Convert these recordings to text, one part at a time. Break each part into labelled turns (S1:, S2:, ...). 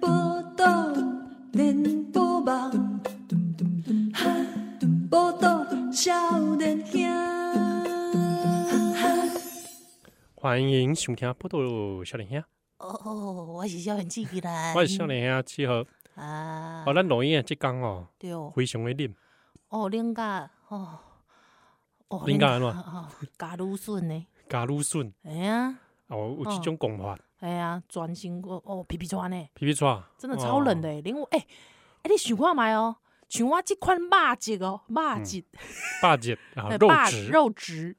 S1: 报道连波网，报道少年兄。
S2: 欢迎收听《波多少年兄》，
S3: 哦，我是少年志吉啦，
S2: 我是少年兄七号。
S3: 啊
S2: 哦，，咱录音的这天哦，
S3: 对哦，
S2: 非常的冷，
S3: 哦，恁家哦，哦
S2: 恁家安怎
S3: 哦，家愈顺呢，
S2: 加鲁笋
S3: 哎呀，
S2: 哦，有这种讲法，
S3: 哎呀，全身哦哦皮皮穿呢，
S2: 皮皮抓，
S3: 真的超冷的
S2: 哦。
S3: 耶，连我哎哎，你想看卖哦，像我即款肉质哦，肉质
S2: 八节啊，
S3: 呃
S2: 肉
S3: 肉
S2: 质
S3: 肉质，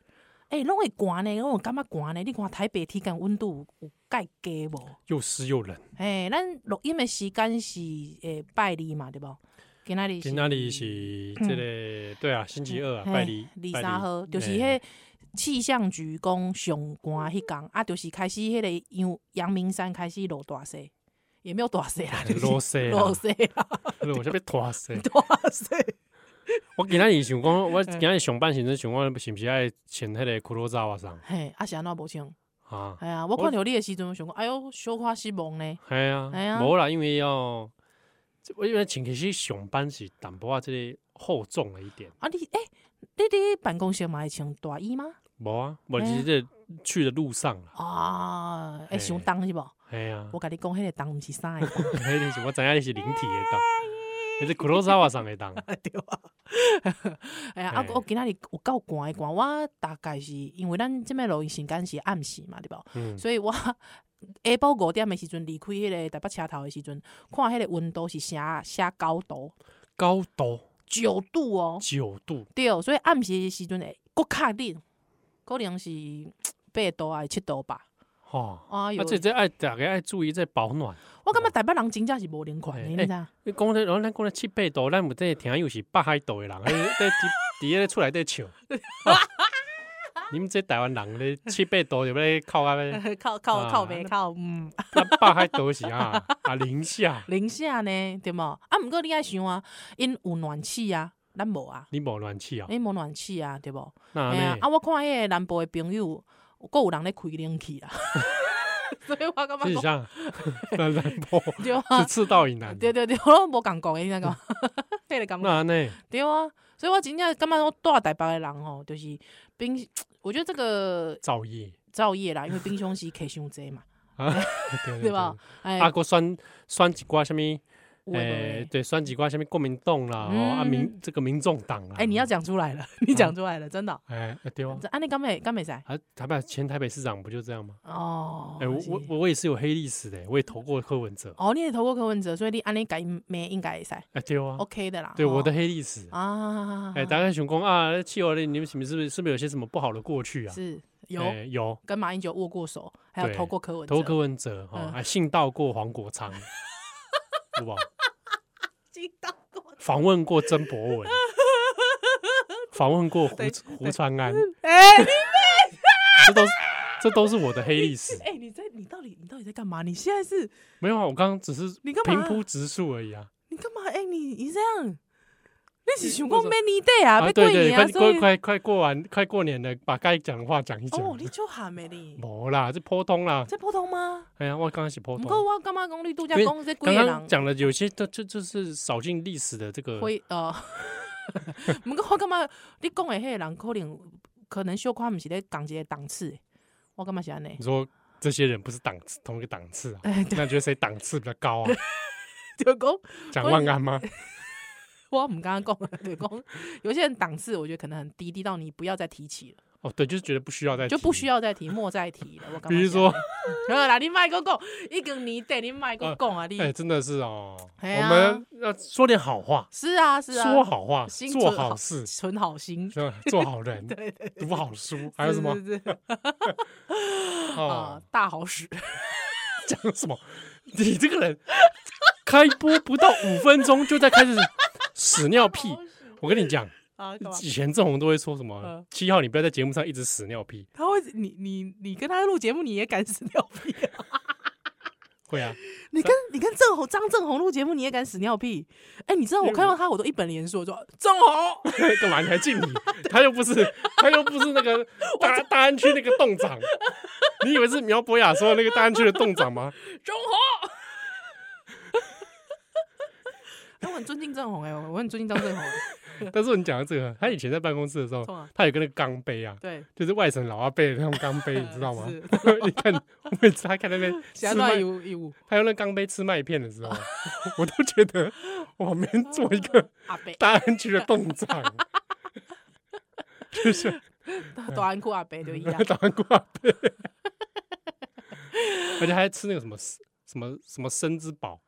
S3: 哎，拢会寒呢，拢有感觉寒呢，你看台北体感温度有介低无？
S2: 又湿又冷。
S3: 哎，咱录音的时间是诶拜二嘛，对无？今仔日
S2: 今仔日是这个对啊，星期二啊，拜
S3: 嗯嘿
S2: 二拜
S3: 二三号，就是
S2: 嘿
S3: 迄气象局讲上寒迄工啊，就是开始迄个阳阳明山开始落大雪，也没有大雪啦，就是
S2: 落 雪啦
S3: 落雪啦，
S2: 啊我这边拖 死。
S3: 大 雪。
S2: 我今仔日想讲，我今仔日上班时阵想讲，是不是爱穿迄个骷髅罩啊上
S3: 嘿，啊是安怎无穿？
S2: 啊？
S3: 哎呀，我
S2: 我
S3: 看着你的时阵，想讲，哎哟，小可失望呢。
S2: 系啊，
S3: 嘿啊
S2: 无啦，因为要我因为前其实上班是淡薄仔即个厚重了一点。
S3: 啊你诶，你伫办公室嘛会穿大衣吗？
S2: 无啊，我
S3: 嘿
S2: 只
S3: 啊
S2: 是这去的路上啦。
S3: 啊，会伤
S2: 嘿
S3: 重是无？
S2: 哎呀，
S3: 我甲你讲，迄个重毋是衫的重，
S2: 迄个是我知影你是灵体的当，迄是骷髅爪上的当。
S3: 对啊。 哎呀，啊
S2: 嘿
S3: 我今仔日有够寒的寒，我大概是因为咱即摆录音时间是暗时嘛，对无？
S2: 嗯，
S3: 所以我 下晡五点的时阵离开迄个台北车头的时阵，看迄个温度是啥啥高度，
S2: 高度
S3: 九度哦，
S2: 九度，
S3: 对，所以暗时的时阵会搁较冷，可能是八度还是七度吧。
S2: 吼。
S3: 哎哟
S2: 啊，，这这爱大家爱注意这保暖。
S3: 我感觉台北人真正是无灵
S2: 嘿
S3: 款，你知道？
S2: 你讲咧，然后咱讲咧七八度，咱有这听友是北海道的人，伫伫伫咧厝内底笑。哦你们这台湾人咧七八度就要咧哭啊 咧，
S3: 靠
S2: 啊
S3: 靠靠北靠，嗯，
S2: 那北海道是啊 啊零下，
S3: 零下呢，对无？啊，毋过你爱想啊，因有暖气啊，咱无啊，
S2: 你无暖气啊？
S3: 因无暖气啊，对无？
S2: 那
S3: 哎呀
S2: 呢，
S3: 啊，？我看迄个南部的朋友，够有人咧开冷气啦， 所以我感觉
S2: 这是
S3: 讲
S2: 啥？那 南部
S3: 对
S2: 是
S3: 啊，
S2: 赤道以南。
S3: 对对对，我拢无共觉诶，你知讲， 迄个感觉
S2: 嗯那呢？
S3: 对啊，所以我真正感觉我住台北的人吼，就是冰，我觉得这个
S2: 造业
S3: 造业啦，因为冰箱是客伤济嘛，
S2: 啊，对
S3: 对吧？？哎，
S2: 啊，个选选一寡什么？
S3: 有的没
S2: 诶，
S3: 的
S2: 对，选一寡什么国民党啦，哦啊
S3: 嗯
S2: 民这个民众党啦。
S3: 哎，你要讲出来了， 你讲出来了，真的哦，
S2: 哎，啊对哦。
S3: 这安尼敢袂敢袂使
S2: 啊，台北前台北市长不就这样吗？
S3: 哦
S2: 哎、。我
S3: 是
S2: 我我我也是有黑历史的，我也投过柯文哲。
S3: 哦，你也投过柯文哲，所以你安尼改没应该会使
S2: 哎、对啊，
S3: ，OK 的啦。
S2: 对、
S3: 哦
S2: 我的黑历史。
S3: 啊，
S2: 哎、大家想讲啊，气候类你们是不是是不是是不是有些什么不好的过去啊？
S3: 是有
S2: 哎有
S3: 跟马英九握过手，还有
S2: 对
S3: 投过柯文哲，
S2: 投柯文哲哈，哦
S3: 嗯
S2: 还、信到过黄国昌，对吧？
S3: 知道过。
S2: 访问过曾博文，访问过胡胡传安，
S3: 哎
S2: 这都是这都是我的黑历史。
S3: 哎，你在你到底你到底在干嘛？你现在是
S2: 没有啊，我刚刚只是
S3: 你干嘛
S2: 平铺直述而已啊。
S3: 你干嘛？哎，你你这样，你是想
S2: 为
S3: 讲
S2: 什么
S3: 要你对啊，要
S2: 啊，对对，
S3: 你啊，
S2: 快
S3: 所
S2: 快
S3: 以
S2: 快快过完快过年了，把该讲的话讲一讲。
S3: 哦，你就喊没你，
S2: 无啦，这普通啦。
S3: 这普通吗？
S2: 哎呀，我刚刚是普
S3: 不过
S2: 通。
S3: 我感觉讲你度假
S2: 因为
S3: 公这几个
S2: 刚刚
S3: 人
S2: 讲了有些都就就是扫进历史的这个，
S3: 会呃， 不过我感觉你讲的迄个人可能可能小可毋是咧讲一个档次的，我感觉是安尼
S2: 你。说这些人不是档次同一个档次啊？
S3: 哎， 对，
S2: 那觉得谁档次比较高啊？
S3: 就讲
S2: 蒋万 安吗？
S3: 我唔刚刚讲的，对讲有些人档次，我觉得可能很低，低到你不要再提起了，
S2: 哦，对，就是觉得不需要再
S3: 就
S2: 提
S3: 不需。要再提，莫再提了。我感觉
S2: 比如说，
S3: 是这 样，好啦，你卖个讲，已经年底你卖个讲啊，你
S2: 哎，真的是哦，
S3: 哎呀
S2: 我们要说点好话，
S3: 是啊是啊，
S2: 说好话，
S3: 心
S2: 做
S3: 存
S2: 好事，
S3: 存好心，
S2: 是吧做好 人，
S3: 对对，
S2: 读好书，还有什么
S3: 是啊是是啊
S2: 哦？，
S3: 大好使，
S2: 讲什么？你这个人开播不到五分钟就在开始屎 尿屁，我跟你讲。
S3: 啊，干嘛？
S2: 以前郑红都会说什么
S3: 嗯
S2: “七号，你不要在节目上一直屎尿屁
S3: 他会，你你你跟他录节目，你也敢死掉屁啊？”
S2: 会啊，
S3: 你跟你跟郑红张正红录节目，你也敢屎尿屁？哎、你知道我看到
S2: 嗯
S3: 他，我都一本连说，我说郑红，
S2: 干嘛你还敬礼？他又不是他又不是那个大大安区那个洞长，你以为是苗博雅说的那个大安区的洞长吗？
S3: 郑红。 哎、我很尊敬郑红哎、我很尊敬张正红。
S2: 但是你讲到这个，他以前在办公室的时
S3: 干嘛
S2: 候，他有个那个钢杯啊，
S3: 对，
S2: 就是外省老阿伯的那种钢杯，你知道吗？
S3: 是
S2: 你看每次他看那边
S3: 其他
S2: 吃
S3: 都还
S2: 麦
S3: 一，五一五
S2: 他用那钢杯吃麦片的时候， 我都觉得我们做一个
S3: 阿伯，
S2: 大安区的洞长， 就是。
S3: 大安库阿伯就一样
S2: 打完挂杯，而且还吃那个什么什么什么生 之宝，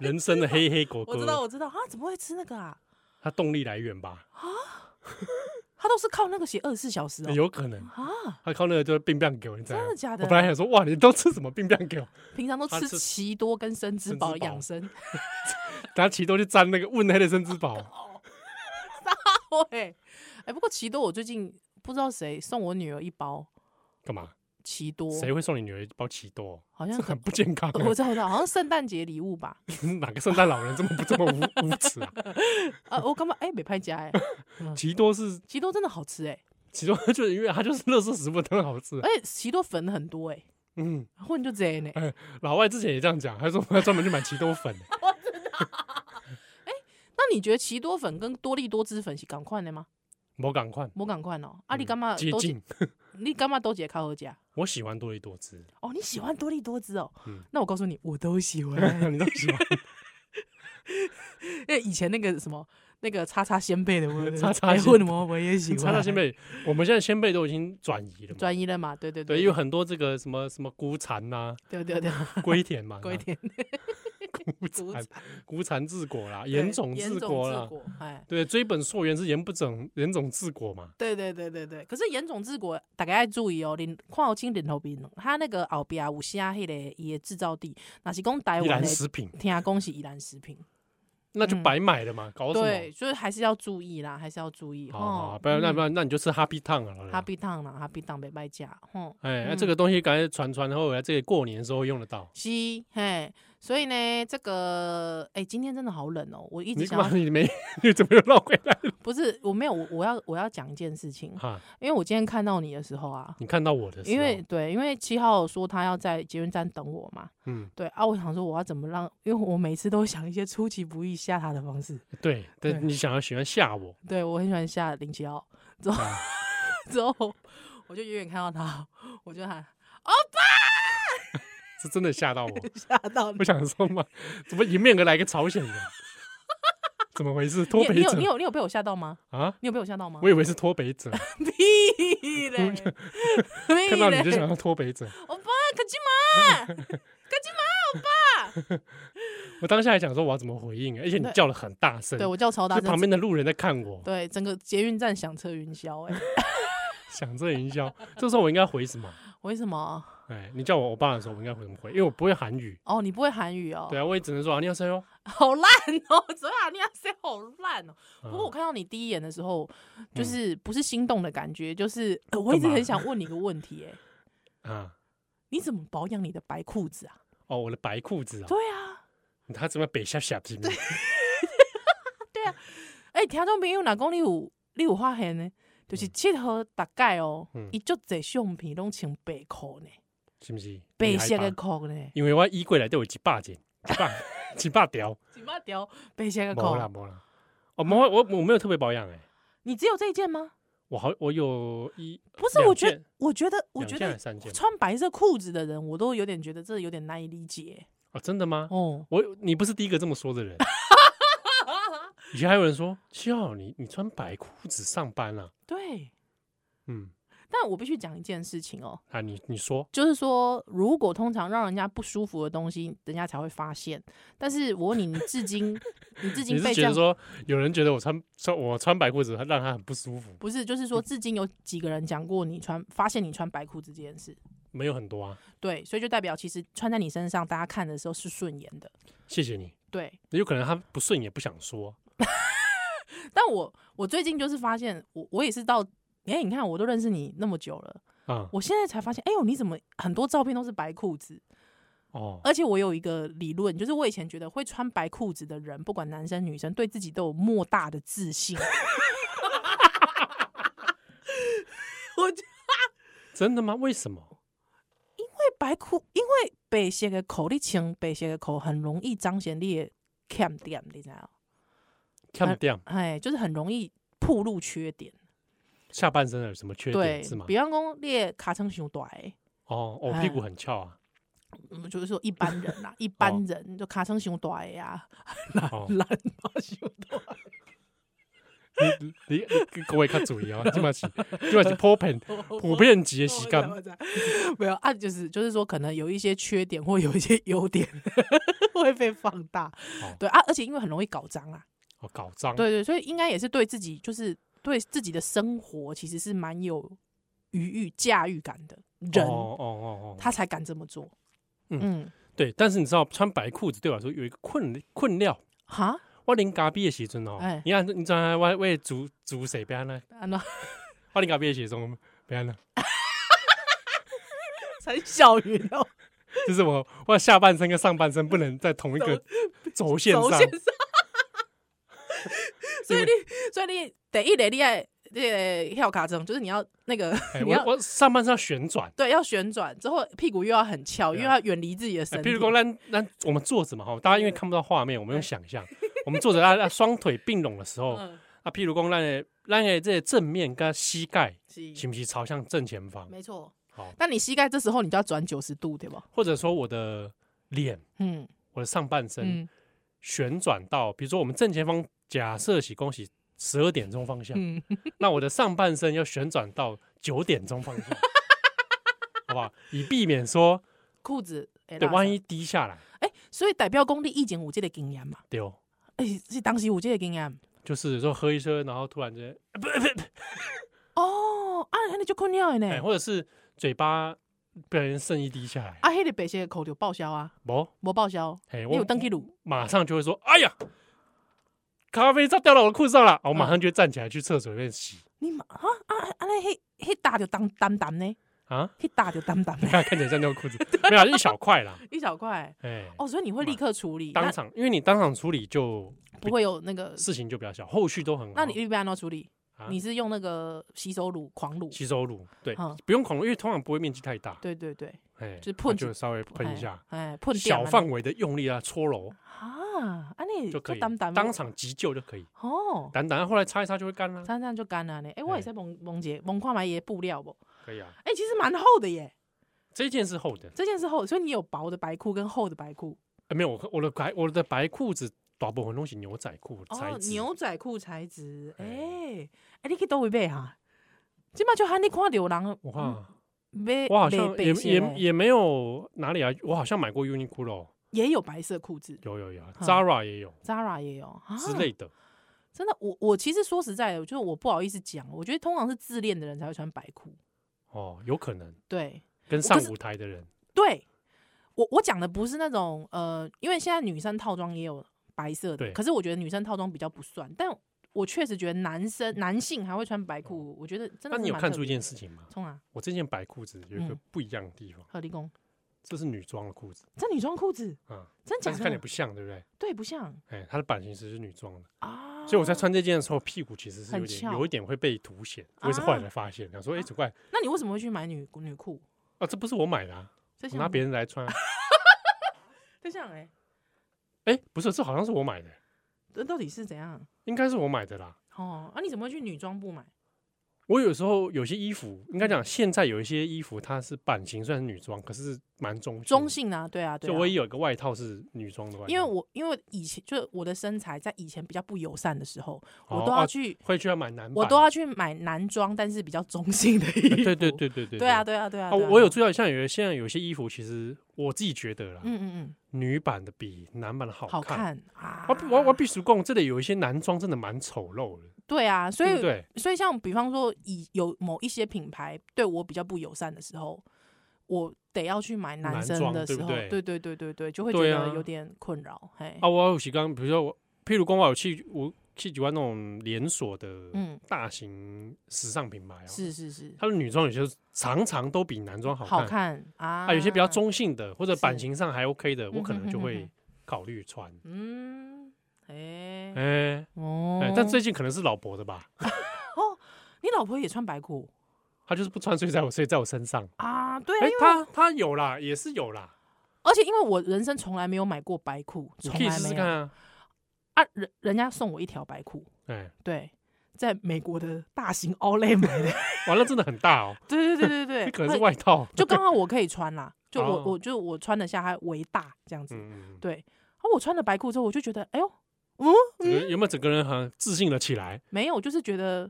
S2: 人参的黑黑果
S3: 我知道，
S2: 哥，
S3: 我知道啊，怎么会吃那个啊？
S2: 它动力来源吧？
S3: 他都是靠那个写二十四小时哦、
S2: 有可能
S3: 啊，
S2: 他靠那个就是冰棒给我，你知道吗
S3: 真的假的
S2: 啊我本来想说，哇，你都吃什么冰棒 给我？
S3: 平常都
S2: 他
S3: 吃
S2: 吃
S3: 奇多跟生之
S2: 生
S3: 宝
S2: 之宝
S3: 养生。
S2: 拿起多去沾那个问黑的生之宝，
S3: 对，哎，不过奇多我最近不知道谁送我女儿一包
S2: 干嘛？
S3: 奇多，
S2: 谁会送你女儿一包奇多？
S3: 好像
S2: 这很不健康、啊
S3: 呃我知道，我知道，好像圣诞节礼物吧？
S2: 哪个圣诞老人这么不这么无无耻啊？
S3: 啊，我干嘛？哎，没拍家哎，
S2: 奇多是
S3: 奇多真的好吃 哎，
S2: 奇多，就是因为它就是乐色食物，很好吃啊
S3: 而。且奇多粉很多哎，
S2: 嗯，
S3: 混就这样呢。
S2: 老外之前也这样讲，他说我要专门去买奇 多粉。
S3: 那你觉得奇多粉跟多利多汁粉是赶快的吗？
S2: 我赶快，
S3: 我赶快哦，啊，你干嘛
S2: 嗯接
S3: 都
S2: 近？
S3: 你干嘛都姐靠喝家？
S2: 我喜欢多利 多汁，
S3: 哦，你喜欢多利多汁哦
S2: 嗯？
S3: 那我告诉你，我哎都喜 欢。
S2: 你都喜欢？
S3: 因为以前那个什么那个叉叉先辈的我，
S2: 叉叉
S3: 哎
S2: 先
S3: 混我我也 喜欢。
S2: 查到先辈，我们现在先辈都已经转移了嘛？
S3: 专一了嘛？对对
S2: 对，
S3: 对
S2: 因为很多这个什么什么孤蝉呐、
S3: 对对 对，
S2: 龟田嘛，
S3: 贵一点。
S2: 孤
S3: 谷
S2: 蝉
S3: 产、
S2: 孤蝉治国啦，
S3: 对
S2: 岩种
S3: 岩
S2: 治
S3: 种
S2: 国啦，
S3: 国，哎，
S2: 对，追本溯源是岩不整岩种治国嘛，
S3: 对对对对对。可是岩种治国，大家要注意哦，林看有清领头兵，他那个后壁有写迄个伊的制造地，那是讲台
S2: 依
S3: 湾
S2: 然
S3: 的，嗯
S2: 食品，
S3: 听讲是宜兰食品。
S2: 那就白买了嘛，搞什
S3: 对，
S2: 么？
S3: 所以还是要注意啦，还是要注意
S2: 哦好好
S3: 哦
S2: 好，。不然那不然那你就吃哈必烫了啦。
S3: 哈必烫啦，哈必烫袂歹食吼。
S2: 哎，那
S3: 嗯
S2: 这个东西感觉传传后来，这个过年的时候用得到。
S3: 是嘿，所以呢，这个哎、今天真的好冷哦、我一直
S2: 你
S3: 想
S2: 干嘛？
S3: 要，
S2: 你没 你怎么又绕回来了？
S3: 不是我没有，我我要我要讲一件事情，
S2: 哈，
S3: 因为我今天看到你的时候啊，
S2: 你看到我的时候，
S3: 因为对，因为七号有说他要在捷运站等我嘛，
S2: 嗯，
S3: 对啊，我想说我要怎么让，因为我每次都想一些出其不意吓他的 方式，
S2: 对，
S3: 对
S2: 但你想要喜欢吓我，
S3: 对我很喜欢吓林七号，之后、之后我就远远看到他，我就喊
S2: 是真的 吓到我。
S3: 吓到你
S2: 我，想说嘛，怎么迎面而来一个朝鲜人？ 怎么回事？脱
S3: 你你
S2: 北
S3: 有你
S2: 者
S3: 有你有被我吓到吗？
S2: 啊？
S3: 你有被我吓到吗
S2: 我？以为是脱北 者，
S3: 屁嘞，
S2: 看
S3: 看
S2: 到你就想要脱北者。
S3: 欧巴，赶紧嘛，
S2: 我当下还想说我要怎么回应，啊而且你
S3: 对
S2: 叫了很大声，
S3: 对我叫超大
S2: 就旁
S3: 声，
S2: 边的路人在看我，
S3: 对，整个捷运站响彻云霄， 哎，
S2: 响彻云霄。这时候我应该回什么？
S3: 为什么？
S2: 哎，你叫我欧巴的时候，我应该回什么回？因为我不会韩语。
S3: 哦，你不会韩语哦？
S2: 对啊，我也只能说啊，你好，谁哦？
S3: 好烂哦，昨晚你那谁好烂哦。
S2: 啊
S3: 不过我看到你第一眼的时候，就是不是心动的感觉，就是呃我一直
S2: 嗯干嘛
S3: 很想问你个问题、哎，
S2: 啊，
S3: 你怎么保养你的白裤子啊？
S2: 哦，我的白裤子啊，
S3: 对啊，
S2: 他怎么北下下皮？
S3: 哎、听众朋友，哪讲你有你有发现呢？就是七号大概哦
S2: 嗯，
S3: 伊足侪相片拢穿白裤呢，
S2: 是不是？
S3: 白
S2: 你害
S3: 色的
S2: 怕，
S3: 裤呢，
S2: 因为我衣柜内底有一百 件，一百一百条。
S3: 几码条白色的
S2: 没
S3: 裤，
S2: 啦没啦，哦，没我我没有特别保养哎、
S3: 你只有这一件吗？
S2: 我好我有一
S3: 不是，
S2: 两
S3: 我觉得
S2: 件，
S3: 我觉得，我
S2: 两
S3: 觉
S2: 件还
S3: 得
S2: 是三件
S3: 穿白色裤子的人，我都有点觉得这有点难以理解、
S2: 哦，真的吗？
S3: 哦，
S2: 我你不是第一个这么说 的人，以前还有人说七号你你穿白裤子上班啊，
S3: 对。
S2: 嗯
S3: 但我必须讲一件事情哦，
S2: 啊你你说
S3: 就是说，如果通常让人家不舒服的东西，人家才会发现。但是我问你，你至今，你至
S2: 你
S3: 今被这
S2: 是觉
S3: 样
S2: 得说有人觉得我穿穿我穿白裤子让他很不舒服，
S3: 不是，就是说，至今有几个人讲过你穿，发现你穿白裤子这件事。
S2: 没有很多啊，
S3: 对，所以就代表其实穿在你身上，大家看的时候是顺眼的。
S2: 谢谢你，
S3: 对，
S2: 有可能他不顺也不想说，
S3: 但我我最近就是发现，我我也是到，哎、你看我都认识你那么久了，
S2: 啊、
S3: 我现在才发现，哎呦，你怎么很多照片都是白裤子？
S2: 哦，
S3: 而且我有一个理论，就是我以前觉得会穿白裤子的人，不管男生女生，对自己都有莫大的自信。我觉得
S2: 真的吗？为什么？
S3: 白裤，因为白色的口你穿白色的口很容易彰显你的欠点，你知道吗？
S2: 看不掉
S3: 哎，就是很容易暴露缺点。
S2: 下半身有什么缺
S3: 对
S2: 点是吗，？
S3: 比哎方说你的卡称太大的，
S2: 哦，我、屁股很翘啊，
S3: 嗯，就是说一般人啦、一般人就卡称太大的啊，
S2: 哦，
S3: 懒嘛太大的。
S2: 你你你各位较注意哦， 今晚是今晚是普遍普遍级的时间，
S3: 我知道我知道没有啊，就是就是说，可能有一些缺点或有一些 优点会被放大，
S2: 哦
S3: 对啊，而且因为很容易搞脏啊，
S2: 哦，搞脏，
S3: 对对，所以应该也是对自己，就是对自己的生活其实是蛮有余裕、驾驭感的人，
S2: 哦哦哦哦，
S3: 他才敢这么做。
S2: 嗯
S3: 嗯，
S2: 对，但是你知道穿白裤子对我来说有一个困困扰，
S3: 哈，
S2: 我连咖啡的时阵哦
S3: 哎，
S2: 你看你知道我我煮煮谁变呢？
S3: 安 娜
S2: 我连咖啡的时阵变呢，
S3: 陈小云哦，
S2: 就是我我下半身跟上半身不能在同一个轴线
S3: 走
S2: 上
S3: 线， 上，所以你所以你得一得厉害。那个跳卡中，就是你要那个，
S2: 哎，
S3: 你要
S2: 我我上半身要旋转。
S3: 对，要旋转之后，屁股又要很翘，又
S2: 对啊
S3: 要远离自己的身
S2: 哎，
S3: 体。
S2: 譬如说，咱咱我们坐着嘛，哈，大家
S3: 嗯
S2: 因为看不到画面，我们用 想象，我们坐着，啊，啊双腿并拢的时候，
S3: 嗯，
S2: 啊，譬如讲，咱的咱的这个正面跟膝盖是
S3: 是，
S2: 不是朝向正前方？
S3: 没错。
S2: 好，
S3: 那你膝盖这时候你就要转九十度，对吧？
S2: 或者说我的脸，
S3: 嗯
S2: 我的上半身
S3: 嗯
S2: 旋转到，比如说我们正前方，假设喜恭喜十二点钟方向，
S3: 嗯，
S2: 那我的上半身要旋转到九点钟方 向，好不好？以避免说
S3: 裤子会
S2: 对，
S3: 拉
S2: 万
S3: 伤
S2: 一低下来，
S3: 哎，所以代表功力以前有这个经验嘛？
S2: 对哦，
S3: 哎，是当时有这个经验。
S2: 就是说喝一喝，然后突然间，
S3: 哦，啊，那你就困扰的
S2: 哎，
S3: 呢。
S2: 或者是嘴巴不小心剩一滴下来，
S3: 啊，迄个白色的口就报销啊，
S2: 不，
S3: 无报销，
S2: 哎，
S3: 你
S2: 我
S3: 有登记录？
S2: 马上就会说：“哎呀，咖啡渣掉到我的裤子上了！”我马上就站起来去厕所里面洗
S3: 你嘛啊啊啊！那迄迄打就当当当呢，
S2: 啊！
S3: 迄打就当当呢，
S2: 看看起来像尿 裤子，没有啊就一小块啦。
S3: 一小块。
S2: 哎，
S3: 哦，所以你会立刻处理，
S2: 当
S3: 那
S2: 场，因为你当场处理就
S3: 不会有那个。
S2: 事情就比较小，后续都很好。
S3: 那你一般要处理？
S2: 啊
S3: 你是用那个洗手乳狂乳？
S2: 吸收乳对
S3: 嗯，
S2: 不用恐龙，因为通常不会面积太大，
S3: 对对对，
S2: 哎，
S3: 就是
S2: 那
S3: 喷
S2: 就稍微喷
S3: 哎
S2: 一下，，
S3: 哎，喷掉
S2: 小
S3: 嘛
S2: 范围的用力啊，搓揉
S3: 啊，啊你
S2: 就可以，
S3: 当当
S2: 当场急救就可以。
S3: 哦，
S2: 等等，后来擦一擦就会干啦，
S3: 三上就干了呢。哎，我也
S2: 哎
S3: 在蒙蒙姐蒙看买爷布料不？
S2: 可以啊。
S3: 哎，其实蛮厚的耶，
S2: 这件是厚的，
S3: 这件是厚，所以你有薄的白裤跟厚的白裤。
S2: 哎没有我我的白我的白裤子大部分东西牛仔裤材
S3: 哦，
S2: 质，
S3: 牛仔裤材质，
S2: 哎
S3: 哎哎，你去都会买哈？今嘛就喊你看到人
S2: 我看啊
S3: 买，
S2: 我好
S3: 买
S2: 像
S3: 白
S2: 也
S3: 色
S2: 也
S3: 的
S2: 也没有哪里啊，我好像买过 Uniqlo，
S3: 也有白色裤子
S2: 有有有，Zara 也有
S3: ，Zara 也有嗯啊
S2: 之类的。
S3: 真的，我我其实说实在的，就是我不好意思讲，我觉得通常是自恋的人才会穿白裤。
S2: 哦，有可能
S3: 对
S2: 跟上
S3: 可是
S2: 舞台的人
S3: 对，我我讲的不是那种呃，因为现在女生套装也有白色的
S2: 对，
S3: 可是我觉得女生套装比较不算，但我确实觉得男生男性还会穿白裤，我觉得真
S2: 那
S3: 的是
S2: 你有
S3: 蛮
S2: 看
S3: 特
S2: 出一
S3: 别
S2: 件
S3: 的
S2: 事情吗？
S3: 冲啊，
S2: 我这件白裤子有一个
S3: 嗯
S2: 不一样的地方，
S3: 何立功，
S2: 这是女装的裤子
S3: 这女装裤子
S2: 啊，
S3: 真假
S2: 但是看起
S3: 的
S2: 来？不像，对不对？
S3: 对，不像
S2: 哎，它的版型是是女装的，
S3: 啊，
S2: 所以我在。穿这件的时候，屁股其实是有
S3: 很
S2: 点
S3: 翘
S2: 有一点会被凸显，我也是
S3: 啊
S2: 后来才发现，想说哎，奇怪
S3: 那你为什么会去买女女裤？
S2: 啊，这不是我买的，啊，
S3: 这
S2: 我
S3: 像
S2: 拿别人来穿啊，
S3: 这像哎，
S2: 哎，不是，这好像是我买的，
S3: 这到底是怎样？
S2: 应该是我买的啦。
S3: 哦，啊，你怎么会去女装部买？
S2: 我有时候有些衣服，应该讲现在有一些衣服，它是版型虽然是女装，可是蛮中性的
S3: 中。性啊，对啊，对
S2: 就
S3: 啊。
S2: 我也有一个外套是女装的外套，哦
S3: 因为我因为以前就是我的身材在以前比较不友善的时候，
S2: 哦
S3: 我都
S2: 啊
S3: 要去、
S2: 会去要买男版，
S3: 我都要去买男装，但是比较中性的衣服。
S2: 哎对对对对对对
S3: 对啊对啊对啊！
S2: 啊！
S3: 对啊
S2: 我有，注意到，像有现在有些衣服，其实我自己觉得啦，
S3: 嗯嗯
S2: 女版的比男版的
S3: 嗯，
S2: 好
S3: 好
S2: 看。
S3: 看啊！
S2: 我我我必须讲，这里有一些男装真的蛮丑陋的，
S3: 对啊，所
S2: 对不
S3: 以
S2: 对？
S3: 所以像比方说以有某一些品牌对我比较不友善的时候，我得要去买男
S2: 男
S3: 生
S2: 装
S3: 的
S2: 对
S3: 时
S2: 不
S3: 候，
S2: 对
S3: 对对对对对，就会觉
S2: 对
S3: 得
S2: 啊哦
S3: 有点困扰。嘿，
S2: 啊，我有时刚，比如说我，譬如讲我有去我去几万那种连锁的
S3: 嗯，
S2: 大型时尚品牌哦，
S3: 是是是，
S2: 它的女装有些常常都比男装好看
S3: 好看啊
S2: 啊，有些比较，中性的或者
S3: 是
S2: 版型上还 OK 的，我可
S3: 嗯哼
S2: 能就
S3: 哼
S2: 会
S3: 哼
S2: 考虑穿。
S3: 嗯，哎、
S2: 哎
S3: 哦、
S2: 哎，但最近可能是老婆的吧，
S3: 你老婆也穿白裤
S2: 她就是不穿睡在我睡在我身上。
S3: 啊？对啊，
S2: 哎
S3: 因，为
S2: 她她有啦，也是有啦，
S3: 而且因为我人生从来没有买过白裤，
S2: 你
S3: 从
S2: 可以
S3: 来
S2: 试
S3: 没
S2: 试
S3: 有
S2: 看啊。
S3: 啊，人人家送我一条白裤，
S2: 哎，
S3: 对，在美国的大型 Olay 买 的，
S2: 完了真的很大哦，
S3: 对对对对对，
S2: 这 可能是
S3: 会
S2: 外套。
S3: 就刚好我可以穿啦，就我
S2: 哦
S3: 我就我穿得下，还围大这样子，
S2: 嗯嗯，
S3: 对。啊，我穿了白裤之后，我就觉得，哎呦，
S2: 整个有没有嗯整个人很自信了起来？
S3: 没有，就是觉得，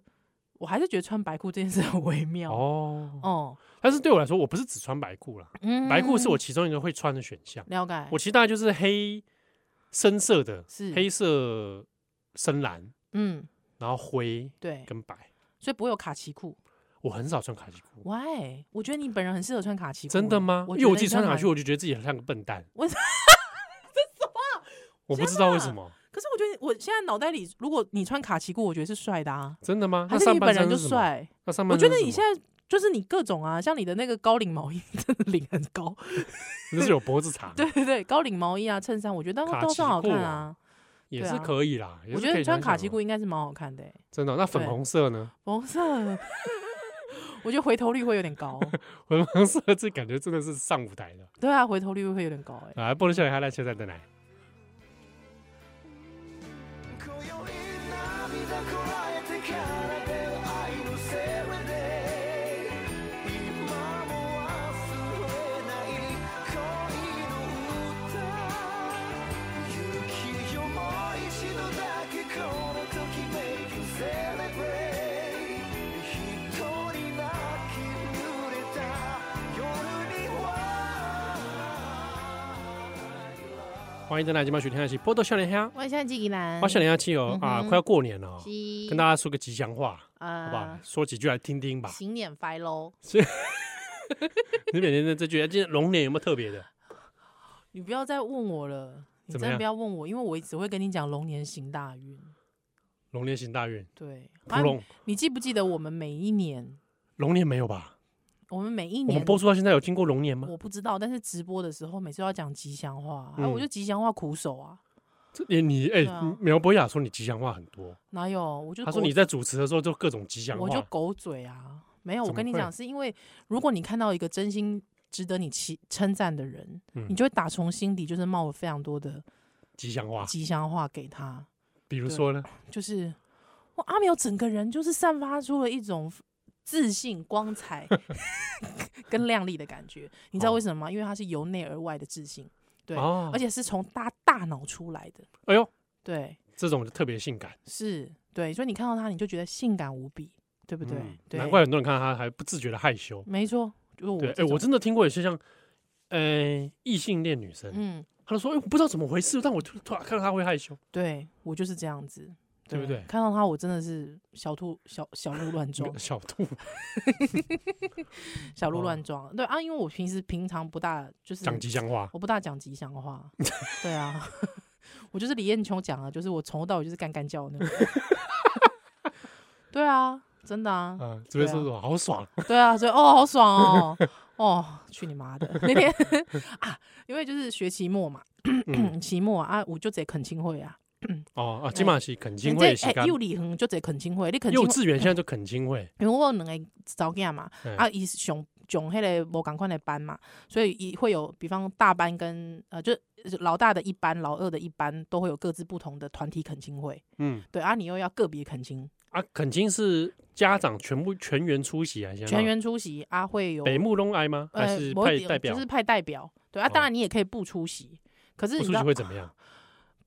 S3: 我还是觉得穿白裤这件事很微妙。哦，
S2: 哦，但是对我来说，我不是只穿白裤啦，
S3: 嗯
S2: 白裤是我其中一个会穿的选项。
S3: 了解，
S2: 我其实大概就是黑深色的，
S3: 是
S2: 黑色深蓝，
S3: 嗯，
S2: 然后灰
S3: 对，
S2: 跟白。
S3: 所以不会有卡其裤。
S2: 我很少穿卡其裤，
S3: 喂，我觉得你本人很适合穿卡其裤欸。
S2: 真的吗？因
S3: 觉
S2: 为我
S3: 得
S2: 自己
S3: 你
S2: 穿卡
S3: 蛮
S2: 其，裤，我就觉得自己很像个笨蛋。
S3: 为什
S2: 么？我不知
S3: 啊
S2: 道为什么，
S3: 可是我觉得我现在脑袋里，如果你穿卡其裤，我觉得是帅的啊，
S2: 真的吗？
S3: 还
S2: 那
S3: 是
S2: 上
S3: 你
S2: 半
S3: 本人
S2: 身
S3: 就是
S2: 什么？
S3: 帅。
S2: 那上
S3: 我
S2: 半
S3: 觉
S2: 身
S3: 得
S2: 是
S3: 你
S2: 什
S3: 现在就是你各种啊，像你的那个高领毛衣， 真的领很高，
S2: 么就是有脖子长，
S3: 对对对，高领毛衣啊、衬衫，我觉得都
S2: 卡
S3: 都
S2: 其
S3: 算好
S2: 裤
S3: 看
S2: 啊
S3: 啊。
S2: 也
S3: 对
S2: 是
S3: 啊
S2: 可以啦。也
S3: 我
S2: 是
S3: 觉
S2: 可
S3: 得
S2: 以
S3: 穿
S2: 想
S3: 卡
S2: 想
S3: 其
S2: 哦
S3: 裤应该是蛮好看的欸，
S2: 真的哦。那粉
S3: 对
S2: 红色呢？
S3: 红色。 我觉得回头率会有点高，
S2: 粉红色这感觉真的是上舞台的。
S3: 对啊，回头率会有点高哎。
S2: 来，波多少年还来现在的来。
S4: 今宵涙こらえてからで愛のせいで今も忘れない恋の歌雪よもう一度だけこのときめき Celebrate 一人泣き濡れた夜には
S2: 欢迎再来今晚收听的是波多少年香，
S3: 我现在纪怡兰
S2: 哇，少年香七哦啊，
S3: 嗯哼
S2: 快要过年了哦，
S3: 西
S2: 跟大家说个吉祥话，
S3: 啊
S2: 好吧？说几句来听听吧。
S3: 新年快乐！
S2: 你每天的这句，哎今天龙年有没有特别的？
S3: 你不要再问我了，你
S2: 怎
S3: 真的
S2: 么样
S3: 不要问我，因为我只会跟你讲龙年行大运。
S2: 龙年行大运，
S3: 对，
S2: 屠
S3: 啊
S2: 龙，
S3: 你记不记得我们每一年，
S2: 龙年没有吧？
S3: 我们每一
S2: 我
S3: 年
S2: 们播出到现在有经过龙年吗？
S3: 我不知道，但是直播的时候每次都要讲吉祥话，啊，
S2: 嗯
S3: 我就吉祥话苦手啊，
S2: 这你你哎
S3: 对啊，
S2: 苗博雅说你吉祥话很多，
S3: 哪有？我就
S2: 他说
S3: 狗
S2: 你在主持的时候就各种吉祥
S3: 我就
S2: 话，
S3: 狗嘴啊，没有。我
S2: 怎么
S3: 跟你
S2: 会
S3: 讲，是因为如果你看到一个真心值得你期称赞的人，
S2: 嗯
S3: 你就会打从心底就是冒非常多的
S2: 吉祥话，
S3: 吉祥话给他，
S2: 比如说呢，
S3: 就是哇，阿苗整个人就是散发出了一种自信、光彩 跟亮丽的感觉。你知道为什么吗？因为他是由内而外的自信，对，
S2: 哦
S3: 而且是从大大脑出来的，
S2: 哎呦，
S3: 对，
S2: 这种就特别性感，
S3: 是，对，所以你看到他，你就觉得性感无比，对不对？
S2: 嗯
S3: 对，
S2: 难怪，很多人看到他还不自觉的害羞。
S3: 没错，就是我
S2: 对，
S3: 这
S2: 哎，我
S3: 种
S2: 真的听过有些像，呃，异性恋女生，
S3: 嗯。
S2: 她就说，哎，我不知道怎么回事，但我突突然看到她会害羞，
S3: 对我就是这样子，
S2: 对不对
S3: 看到他，我真的是小兔小小鹿乱 撞，
S2: 小兔，
S3: 小鹿
S2: 哦
S3: 乱撞。对啊，因为我平时平常不大就是
S2: 讲吉祥话，
S3: 我不大讲吉祥话，对啊， 我就是李艳秋讲的，就是我从头到尾就是干干叫的那种。 对啊，真的啊，
S2: 嗯，这
S3: 对
S2: 边
S3: 啊
S2: 说什么好爽，
S3: 对啊，所以哦，好爽哦，哦，去你妈的！那天啊，因为就是学期末嘛，
S2: 嗯，
S3: 期末啊，我就直接恳亲会啊，
S2: 哦啊，今晚是恳亲
S3: 你
S2: 会
S3: 这
S2: 的时
S3: 哎
S2: 间，
S3: 幼儿园就直接恳亲会，你恳亲
S2: 幼
S3: 会
S2: 稚园现在就恳亲会，
S3: 因为我有两个早囝嘛，
S2: 嗯
S3: 啊，伊上上迄个无共款的班嘛，所以伊会有，比方大班跟呃，就老大的一班、老二的一班都会有各自不同的团体恳亲会，
S2: 嗯
S3: 对啊，你又要个别恳亲，
S2: 啊，恳亲是家长全部全员出席啊，现在
S3: 全员出席啊，会有
S2: 北木东来吗？还
S3: 呃
S2: 是
S3: 某一
S2: 派
S3: 点
S2: 代表？
S3: 就是派代表，对啊，
S2: 哦
S3: 当然你也可以不出席，可是
S2: 不
S3: 你
S2: 出
S3: 知
S2: 席
S3: 道
S2: 会怎么样？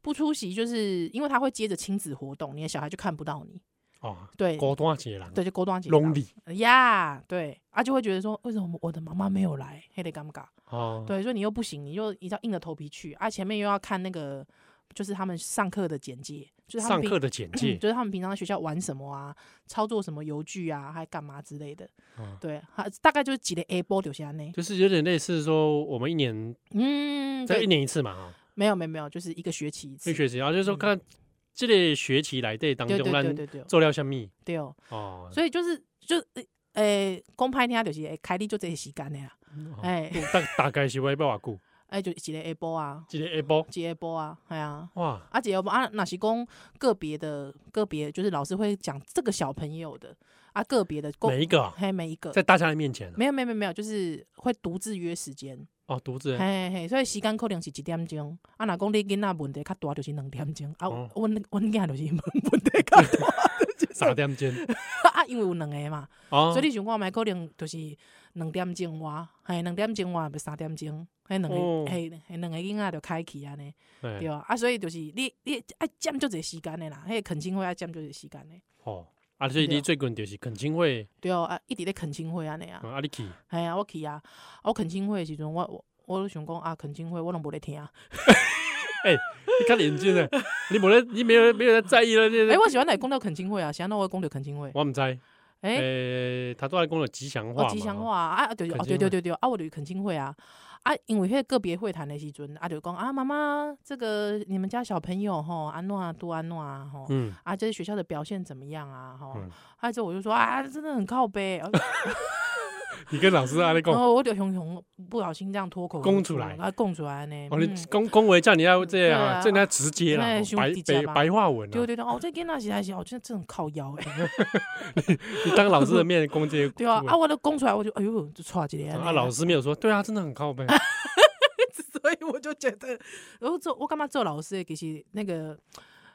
S3: 不出席，就是因为他会接着亲子活动，你的小孩就看不到你，
S2: 哦，
S3: 对
S2: 高端节啦，
S3: 对，就勾断结
S2: 龙里
S3: 呀对啊，就会觉得说为什么我的妈妈没有来，黑的尴尬。
S2: 哦，
S3: 对，所以你又不行，你就一定要硬着头皮去，啊，前面又要看那个，就是他们上课的简介，就是他
S2: 上
S3: 们嗯
S2: 课
S3: 平
S2: 的简介
S3: 就是他们平常在学校玩什么啊，操作什么游具啊，还干嘛之类的，
S2: 嗯
S3: 对，啊大概就是几个 A 波留下呢，
S2: 就是有点类似说我们一年
S3: 嗯，
S2: 在
S3: 对
S2: 一年一次嘛，哦
S3: 没有没有没有，就是一个学期一次
S2: 一，学期，然后就是说
S3: 嗯
S2: 看这个学期来的当
S3: 对对
S2: 中，
S3: 对
S2: 咱
S3: 对对
S2: 做了什么？
S3: 对哦，
S2: 哦，
S3: 所以就是就诶，呃讲歹听就是会开你就这个时间的啦，
S2: 哦
S3: 哎
S2: 大大概是要要偌久？
S3: 哎，就一个下晡啊，
S2: 一个下晡，
S3: 一个下晡啊，系啊。
S2: 哇，
S3: 啊，姐，我们啊，那是讲个别的，个别就是老师会讲这个小朋友的啊，个别的公
S2: 每一个啊
S3: 嘿每一个，
S2: 在大家的面前啊
S3: 没有没有没有没有，就是会独自约时间，
S2: 哦，独自
S3: 嘿嘿嘿，所以时间可能是一点钟，啊，若讲你囡仔问题较大就是两点钟，啊，
S2: 哦
S3: 阮阮囝就是问题较大，
S2: 三点钟
S3: 啊，因为有两个嘛，
S2: 哦
S3: 所以你想看觅可能就是两点钟外，嘿，两点钟外不三点钟，嘿，两
S2: 哦
S3: 个嘿嘿两个囡仔就开去安尼。
S2: 哎
S3: 对啊，啊，所以就是你你爱占足侪时间的啦，迄个恳亲会爱占足侪时间的，
S2: 哦，啊，所以
S3: 对
S2: 你
S3: 啊
S2: 最近就是恳亲会，
S3: 对啊，啊一直咧恳亲会安尼啊
S2: 嗯，啊，你去，
S3: 系啊，我去啊，啊我恳亲会的时阵，我我我就想讲啊，恳亲会我拢无咧 听，诶、
S2: 哎，你较认 真诶，你无咧，你没有没有在在意了，你
S3: 哎我喜欢来讲到恳亲会啊，是安怎我会讲到恳亲会，
S2: 我唔知，
S3: 诶、
S2: 诶，他都来讲了吉祥话
S3: 我
S2: 嘛，
S3: 吉祥话啊，啊，就是
S2: 恳
S3: 哦，
S2: 亲
S3: 对对
S2: 会
S3: 对对，啊，我就是恳亲会啊，啊，因为迄个个别会谈的时阵，啊，就讲啊，妈妈，这个你们家小朋友吼，安怎啊，都安怎啊，吼。
S2: 嗯，
S3: 啊，这些学校的表现怎么样啊？哈、
S2: 嗯
S3: 啊，之后我就说啊，真的很靠背，啊
S2: 你跟老师安尼 讲
S3: 然，后我就熊熊不小心这样脱口而
S2: 讲
S3: 出
S2: 出来
S3: 啊，供出来呢。
S2: 哦，你
S3: 嗯
S2: 恭恭维叫你要这样
S3: 对
S2: 啊，
S3: 啊
S2: 这样直接啦，
S3: 哎
S2: 哦
S3: 兄
S2: 白
S3: 弟姐
S2: 白
S3: 嘛
S2: 白话文
S3: 对
S2: 啊，
S3: 对对，哦，这囡仔是还是，我觉得这种靠腰 哎、
S2: 你当老师的面攻 这些
S3: 对啊，
S2: 部位
S3: 啊，我都供出来，我就哎呦，就错起来。
S2: 啊，老，师没有说，对啊，真的很靠背，
S3: 所以我就觉得，然后做我干嘛做老师的，其实那个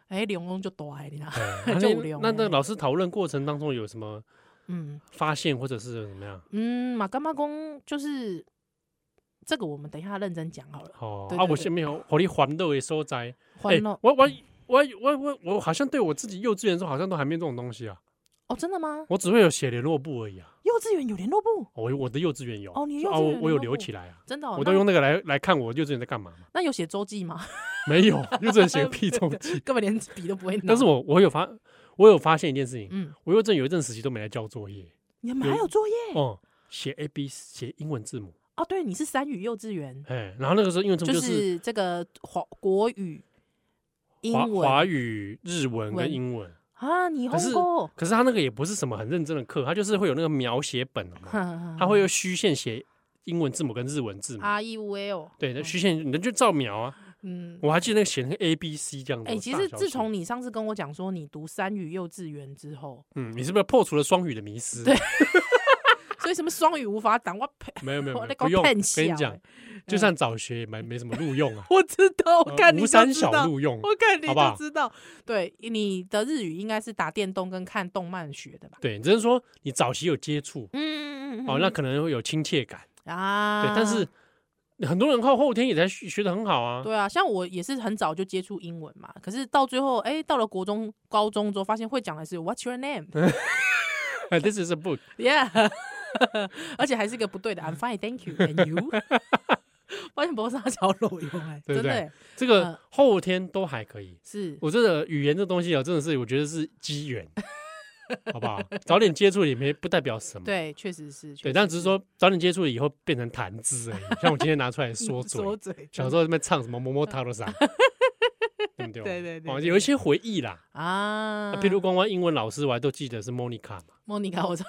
S3: 哎，脸红就大哎，你知道吗，
S2: 哎
S3: 就有料
S2: 那那那
S3: 哎
S2: 老师讨论过程当中有什么
S3: 嗯
S2: 发现或者是怎么样？
S3: 嗯，嘛干嘛公就是这个，我们等一下认真讲好了。
S2: 哦，
S3: 对
S2: 啊，
S3: 对
S2: 我
S3: 对
S2: 下面有火力环斗的所在，哎
S3: 欢乐、，
S2: 我我我我我我好像对我自己幼稚园的时候好像都还没有这种东西啊，
S3: 哦，真的吗？
S2: 我只会有写联络簿而已啊，
S3: 幼稚园有联络部，
S2: 我我的幼稚园有，
S3: 哦你幼
S2: 啊
S3: 稚
S2: 我
S3: 园
S2: 我有
S3: 联
S2: 留
S3: 络簿
S2: 起来啊，
S3: 真的、哦，
S2: 我都
S3: 那
S2: 用那个来来看我幼稚园在干嘛嘛，
S3: 那有写周记吗？，
S2: 没有，幼稚园写个屁东西
S3: 根本连笔都不会拿。
S2: 但是我我有发我有发现一件事情，
S3: 嗯，
S2: 我幼稚园有一阵时期都没来交作业，
S3: 你们还
S2: 有
S3: 有作业
S2: 哦，写 A B 写英文字母，
S3: 哦？对，你是三语幼稚园，
S2: 哎，然后那个时候英文字母
S3: 就
S2: 就是
S3: 是这个华国语、英
S2: 华
S3: 文
S2: 华语、日文跟
S3: 文
S2: 英文。
S3: 啊，你
S2: 可是
S3: 红过，
S2: 可是他那个也不是什么很认真的课，他就是会有那个描写本嘛，他
S3: 他
S2: 会用虚线写英文字母跟日文字母，
S3: R E U L，
S2: 对，那虚线你就照描啊。
S3: 嗯，
S2: 我还记得那个写那个 A B C 这样子。
S3: 哎，其实自从
S2: 你
S3: 你上次跟我讲说你读三语幼稚园之后，
S2: 嗯，你是不是破除了双语的迷思？
S3: 对，所以什么双语无法挡，我呸
S2: 没有没有，没
S3: 我
S2: 有
S3: 在
S2: 不
S3: 讲
S2: 用。
S3: 骗
S2: 跟你
S3: 笑
S2: 讲
S3: 欸，，
S2: 就算早学也没没什么录用啊
S3: 我知道， 我看
S2: 呃
S3: 你
S2: 无
S3: 就
S2: 三
S3: 知
S2: 小
S3: 道。
S2: 录用。
S3: 我看你
S2: 好不好
S3: 就知道，对你的日语应该是打电动跟看动漫学的吧？
S2: 对，只是说你早期有接触，
S3: 嗯嗯嗯嗯，
S2: 哦，那可能会有亲切感。
S3: 那啊，
S2: 对，但是很多人靠后天也才学学的很好啊。
S3: 对啊，像我也是很早就接触英文嘛，可是到最后，哎、到了国中、高中之后，发现会讲的是 What's your name？Yeah，
S2: 哎，This is a book。
S3: 而且还是一个不对的 I'm fine, thank you, and you 。 发现不是他小裸用哎、
S2: 对
S3: 真的
S2: 不对
S3: 欸、
S2: 这个
S3: 嗯
S2: 后天都还可以。
S3: 是
S2: 我真的语言这东西啊，真的是我觉得是机缘，好不好？早点接触也没不代表什么。
S3: 对，确实是，确
S2: 对，
S3: 实
S2: 但只是说早点接触以后变成谈资而已。像我今天拿出来说
S3: 嗯
S2: 嘴，
S3: 说嘴，
S2: 小时候在那边唱什么“么么哒”都啥，对不 对？
S3: 对对对
S2: 哦，
S3: 对
S2: 有一些回忆啦。
S3: 啊
S2: 啊，，譬如光光英文老师，我还都记得是 Monica 嘛，
S3: 莫妮卡， 我知道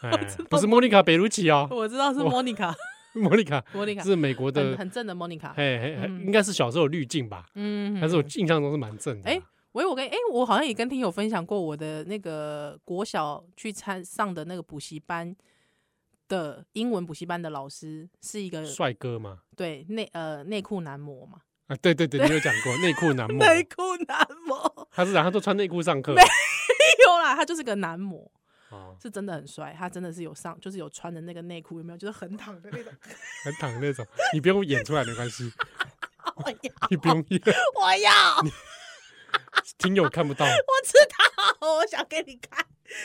S2: 哎，不是 Monica 北鲁奇哦
S3: 我知道是
S2: 我
S3: 莫妮卡，
S2: ，Monica
S3: 莫妮卡
S2: 是美国
S3: 很
S2: 的，
S3: 很正的莫妮卡，
S2: 嘿嘿，嘿
S3: 嗯
S2: 应该是小时候有滤镜吧，
S3: 嗯，
S2: 但是我印象中是蛮正的啊。
S3: 哎喂，我跟哎、我好像也跟听友分享过我的那个国小去参上的那个补习班的英文补习班的老师是一个
S2: 帅哥嘛，
S3: 对内呃内裤男模嘛，
S2: 啊，对对对，你有讲过内 裤男模，
S3: 裤男模
S2: 他是然后都穿内裤上课， 啊
S3: 有啦，他就是个男模，
S2: 哦，
S3: 是真的很帅，他真的是有上就是有穿的那个内裤有没有，就是横躺的那种，
S2: 很躺那种，你不用演出来没关系，
S3: 我要
S2: 你不用
S3: 哦
S2: 演，
S3: 哎我要
S2: 听友看不到，
S3: 我知道，我想给你看，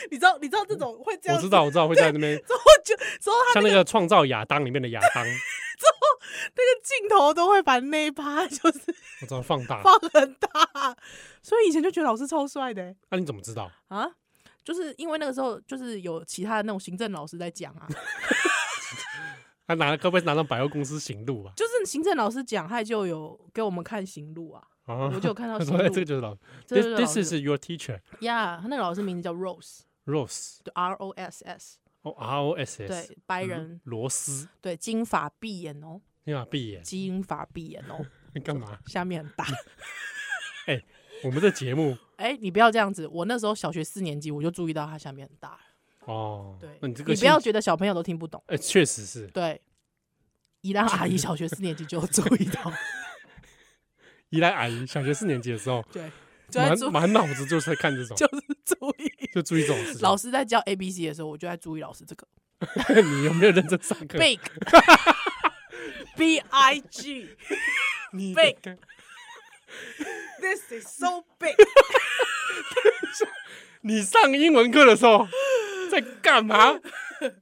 S3: 你知道你知道这种 会这
S2: 我
S3: 样，
S2: 知道，我知道会在那边，
S3: 之后就之后 他
S2: 像那个创造亚当里面的亚当，
S3: 那个镜头都会把那一趴就是。
S2: 我知道放大，
S3: 放很大，所以以前就觉得老师超帅的欸、
S2: 那你怎么知道？
S3: 啊，就是因为那个时候就是有其他的那种行政老师在讲啊，
S2: 啊他拿该不会拿到百货公司行路吧？
S3: 就是行政老师讲，他就有给我们看行路啊，
S2: 啊
S3: 我就有看到
S2: 说
S3: 新
S2: 哎
S3: 路
S2: 这个就是老
S3: 这个
S2: this
S3: 老
S2: this
S3: 师
S2: is your teacher
S3: 呀，他那个老师名字叫 Rose，
S2: Rose
S3: 就 R O S S，
S2: 哦 R O S
S3: 对
S2: S，嗯
S3: 白人，
S2: 罗斯，
S3: 对金发碧眼哦，
S2: 你把闭眼，
S3: 金发碧眼哦，
S2: 你干嘛？
S3: 下面很大。
S2: 我们的节目
S3: 哎，你不要这样子，我那时候小学四年级我就注意到他下面很大了。
S2: 哦，
S3: 对，
S2: 那你这个
S3: 不要
S2: 兴趣，
S3: 觉得小朋友都听不懂。
S2: 哎，确实是
S3: 对，宜兰阿姨小学四年级就有注意到，
S2: 依赖阿姨小学四年级的 时候，
S3: 对，就在
S2: 满
S3: 注
S2: 满脑子就是在看这 种，
S3: 就是注意
S2: 就注意这种事情。
S3: 老师在教 A B C 的时候，我就在注意老师这个
S2: 你有没有认真上课？
S3: big B I G
S2: 你
S3: big
S2: 的
S3: this is so big，
S2: 你上英文课的时候在干嘛？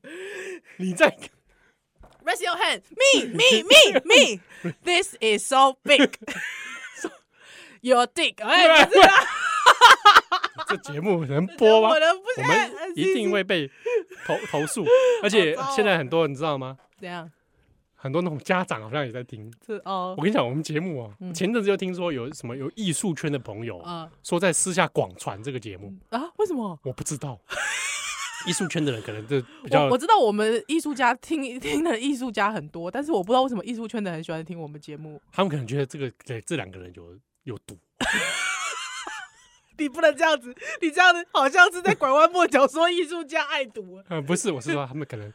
S2: 你在
S3: Raise your hand. Me, me, me, me. This is so big. Your dick. 哎，不是啊，
S2: 这节目能播吗
S3: 我？的不是
S2: 我们一定会被投投 诉，而且
S3: 好糟哦
S2: 现在很多人知道吗？
S3: 怎样？
S2: 很多那种家长好像也在听。
S3: 这哦
S2: 我跟你讲，我们节目哦、
S3: 嗯
S2: 前阵子就听说有什么有艺术圈的朋友
S3: 啊
S2: 说在私下广传这个节目，
S3: 啊，为什么？
S2: 我不知 道。艺术圈的人可能就比较
S3: 我我知道我们艺术家听听的艺术家很多，但是我不知道为什么艺术圈的很喜欢听我们节目。
S2: 他们可能觉得这个这这两个人有有毒，
S3: 你不能这样子，你这样子好像是在拐弯抹角说艺术家爱赌，啊
S2: 呃，不是，我是说他们可能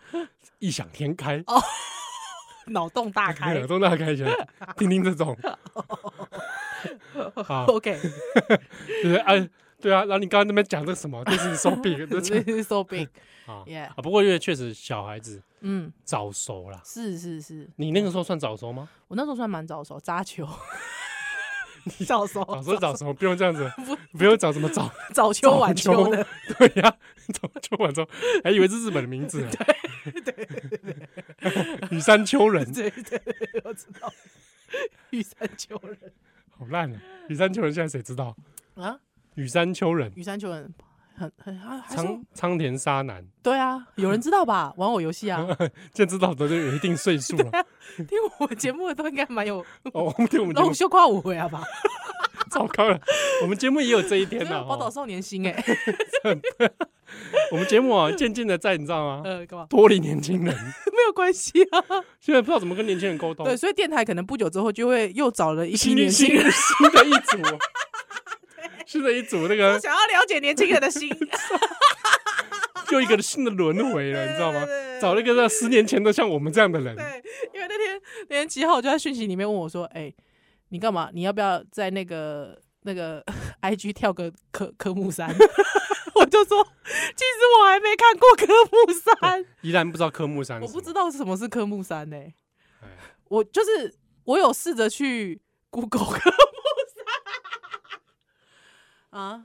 S2: 异想天开，
S3: 脑洞大开
S2: 耳。朵大开起来，听听这种， 好，
S3: OK，
S2: 就是哎，对啊，然后你刚刚那边讲这什么，这是 so big，这是
S3: this is so big。
S2: 啊
S3: Yeah
S2: 啊，不过因为确实小孩子
S3: 嗯，
S2: 早熟啦，
S3: 是是是，
S2: 你那个时候算早熟吗？
S3: 我那时候算蛮早熟，扎球，早熟，
S2: 早熟哦早熟，不用这样子， 不用找什么早
S3: 早秋晚秋
S2: 早
S3: 的，
S2: 对呀、早秋晚秋，还以为是日本的名字呢。对对，羽山丘人，
S3: 对对对，我知道。玉山丘人
S2: 好烂啊！羽山丘人现在谁知道？
S3: 啊，
S2: 羽山丘人，
S3: 玉山丘人很很还还说
S2: 苍苍田沙男，
S3: 对啊，有人知道吧？玩我游戏 啊，
S2: 现在知道的都有一定岁 数了。
S3: 听我节目的都应该蛮有，
S2: 哦，我们对我们节
S3: 那
S2: 目
S3: 我羞夸我回啊吧，
S2: 糟 糕了，我们节目也有这一天
S3: 真的
S2: 了。
S3: 宝岛
S2: 哦
S3: 少年心 哎，
S2: 我们节 目啊，渐渐的在你知道吗？
S3: 呃，干嘛？
S2: 脱离年轻人，
S3: 没有关系啊，
S2: 现在不知道怎么跟年轻人沟通。
S3: 对，所以电台可能不久之后就会又找了一批
S2: 新
S3: 年轻人，
S2: 新的一 组，哦新的一组那个
S3: 想要了解年轻人的心，
S2: 又一个新的轮回了，你知道吗
S3: 对对对？
S2: 找了一个在十年前的像我们这样的人，
S3: 对，因为那天那天七号就在讯息里面问我说：“哎、你干嘛？你要不要在那个那个 IG 跳个科科目三？” 我就说：“其实我还没看过科目 三，
S2: 依然不知道科目三是
S3: 我
S2: 什么，
S3: 不知道是什么是科目三呢、
S2: 哎。
S3: 我就是我有试着去 Google 科目三 啊，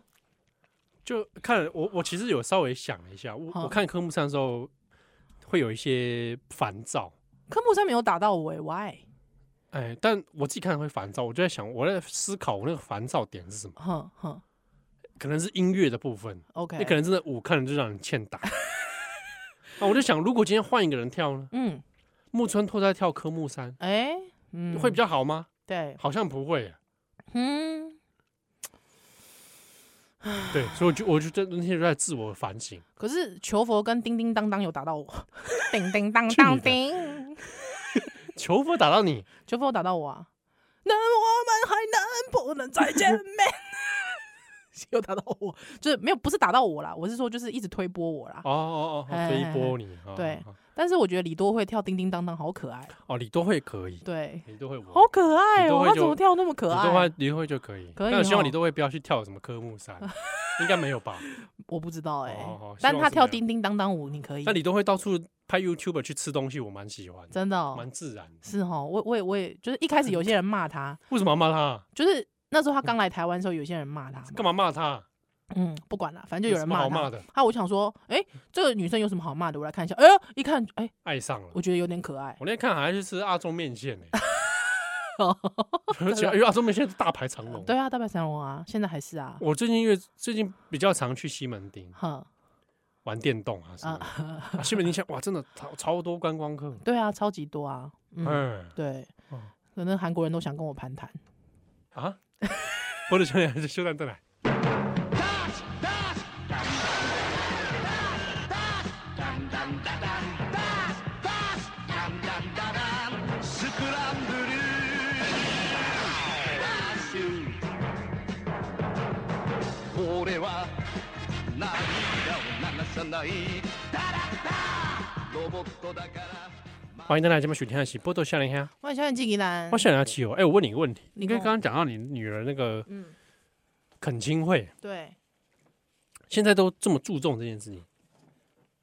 S2: 就看了我，我其实有稍微想了一下，我
S3: 好
S2: 我看科目三的时候会有一些烦躁，
S3: 科目三没有打到我、欸、，why？
S2: 哎，但我自己看了会烦躁，我就在想，我在思考我那个烦躁点是什么，
S3: 哼哼
S2: 可能是音乐的部分，那可
S3: ，OK，
S2: 能真的舞看了就让人欠 打。啊，我就想，如果今天换一个人跳呢？
S3: 嗯，
S2: 木村拓哉跳科目三
S3: 哎、嗯，
S2: 会比较好吗？
S3: 对，
S2: 好像不会，啊
S3: 嗯。”
S2: 对，所以我就我就在那天就在自我反省，
S3: 可是求佛跟叮叮当当有打到 我，叮叮当当叮，
S2: 求佛打到你，
S3: 求佛有打到我啊！那我们还能不能再见面？ 有打到我，就是没有，不是打到我啦，我是说就是一直推波我啦。
S2: 哦哦哦，
S3: 哎
S2: 推波你，哦
S3: 对
S2: 哦
S3: 但是我觉得李多会跳叮叮当当好可爱，啊
S2: 哦，你都会可以，
S3: 对，
S2: 你都会我
S3: 好可爱
S2: 李多
S3: 哦、
S2: 慧
S3: 他
S2: 就
S3: 怎么跳那么可
S2: 李都会
S3: 爱？啊
S2: 李都会就可以，
S3: 可以
S2: 但我希望
S3: 哦
S2: 李都会不要去跳什么科目三，应该没有 吧？
S3: 我不知道哎、
S2: 哦好希望
S3: 但他
S2: 是没有
S3: 跳叮叮当当舞，你可以
S2: 那，李都会到处拍 YouTube 去吃东西，我蛮喜欢，
S3: 真的、哦
S2: 蛮自然。
S3: 是哦，我我也我也就是一开始有些人骂他，
S2: 为什么要骂他？啊
S3: 就是那时候他刚来台湾的时候，有些人骂他嘛，
S2: 干嘛骂他？啊
S3: 嗯，不管了，反正就
S2: 有
S3: 有人
S2: 什么
S3: 骂
S2: 好
S3: 他
S2: 骂的
S3: 啊，我想说，哎、这个女生有什么好骂的？我来看一下。哎呦，一看，哎、
S2: 爱上了。
S3: 我觉得有点可 爱。
S2: 我那天看好像去吃阿中面 线呢，而且因为哎阿中面线是大排长龙。
S3: 对，啊，大白三龙啊，现在还是啊，
S2: 我最近因为最近比较常去西门町
S3: 哼
S2: 玩电动啊什么的。
S3: 啊，
S2: 啊西门町现在哇，真的超超多观光客。
S3: 对啊，超级多啊，嗯，
S2: 嗯
S3: 对
S2: 哦，
S3: 可能韩国人都想跟我攀谈
S2: 啊，我的兄弟，修蛋蛋来。
S5: 俺は涙を流さないダラッダロボットだから
S2: 欢迎大家来这边收听的是《波多笑脸香》，
S3: 万小姐纪怡兰
S2: 我，笑脸七友。哎，我问你一个问题，
S3: 嗯你
S2: 你
S3: 跟
S2: 刚
S3: 我
S2: 刚刚讲到你女儿那个
S3: 嗯，
S2: 恳亲会，
S3: 对，
S2: 现在都这么注重这件事情，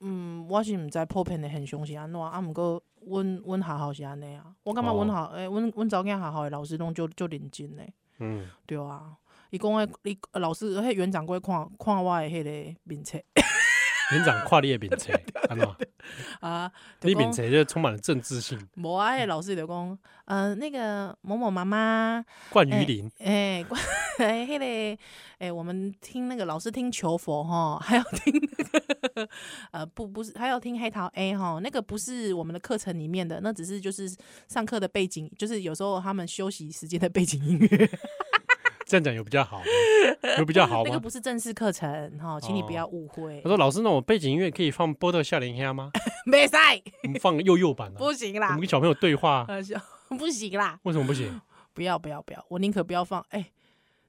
S3: 嗯，我是毋知破片的现象是安怎，啊，毋过阮阮学校是安尼啊，我感觉阮
S2: 哦
S3: 学诶，阮阮查某囝学校的老师拢就就认真诶，
S2: 嗯，
S3: 对啊。伊讲诶，伊老师迄园长过看看我诶迄个面册
S2: 园长跨列 饼车，看到吗？
S3: 啊，就
S2: 你饼
S3: 讲
S2: 车就充满了政治性，
S3: 无啊，迄个老师就讲，呃，那个某某妈妈，哎
S2: 冠于林，
S3: 诶、关诶，迄、个，诶、我们听那个老师听求佛哈，还要听那个，呃，不不是，还要听黑桃 A 哈，那个不是我们的课程里面的，那只是就是上课的背景，就是有时候他们休息时间的背景音乐，
S2: 这样讲有比较好吗？有比较好
S3: 那个
S2: 吗？
S3: 不是正式课程哈，请你
S2: 哦
S3: 不要误会
S2: 他，说：“老师，那我背景音乐可以放《波特笑脸虾》啊 吗？
S3: 没赛、
S2: 我们放幼幼版的、
S3: 不啊行
S2: 我
S3: 啦
S2: 们，跟小朋友对话，
S3: 呃，小不行啦，
S2: 为什么不行？
S3: 不要不要不要，我宁可不要放。哎、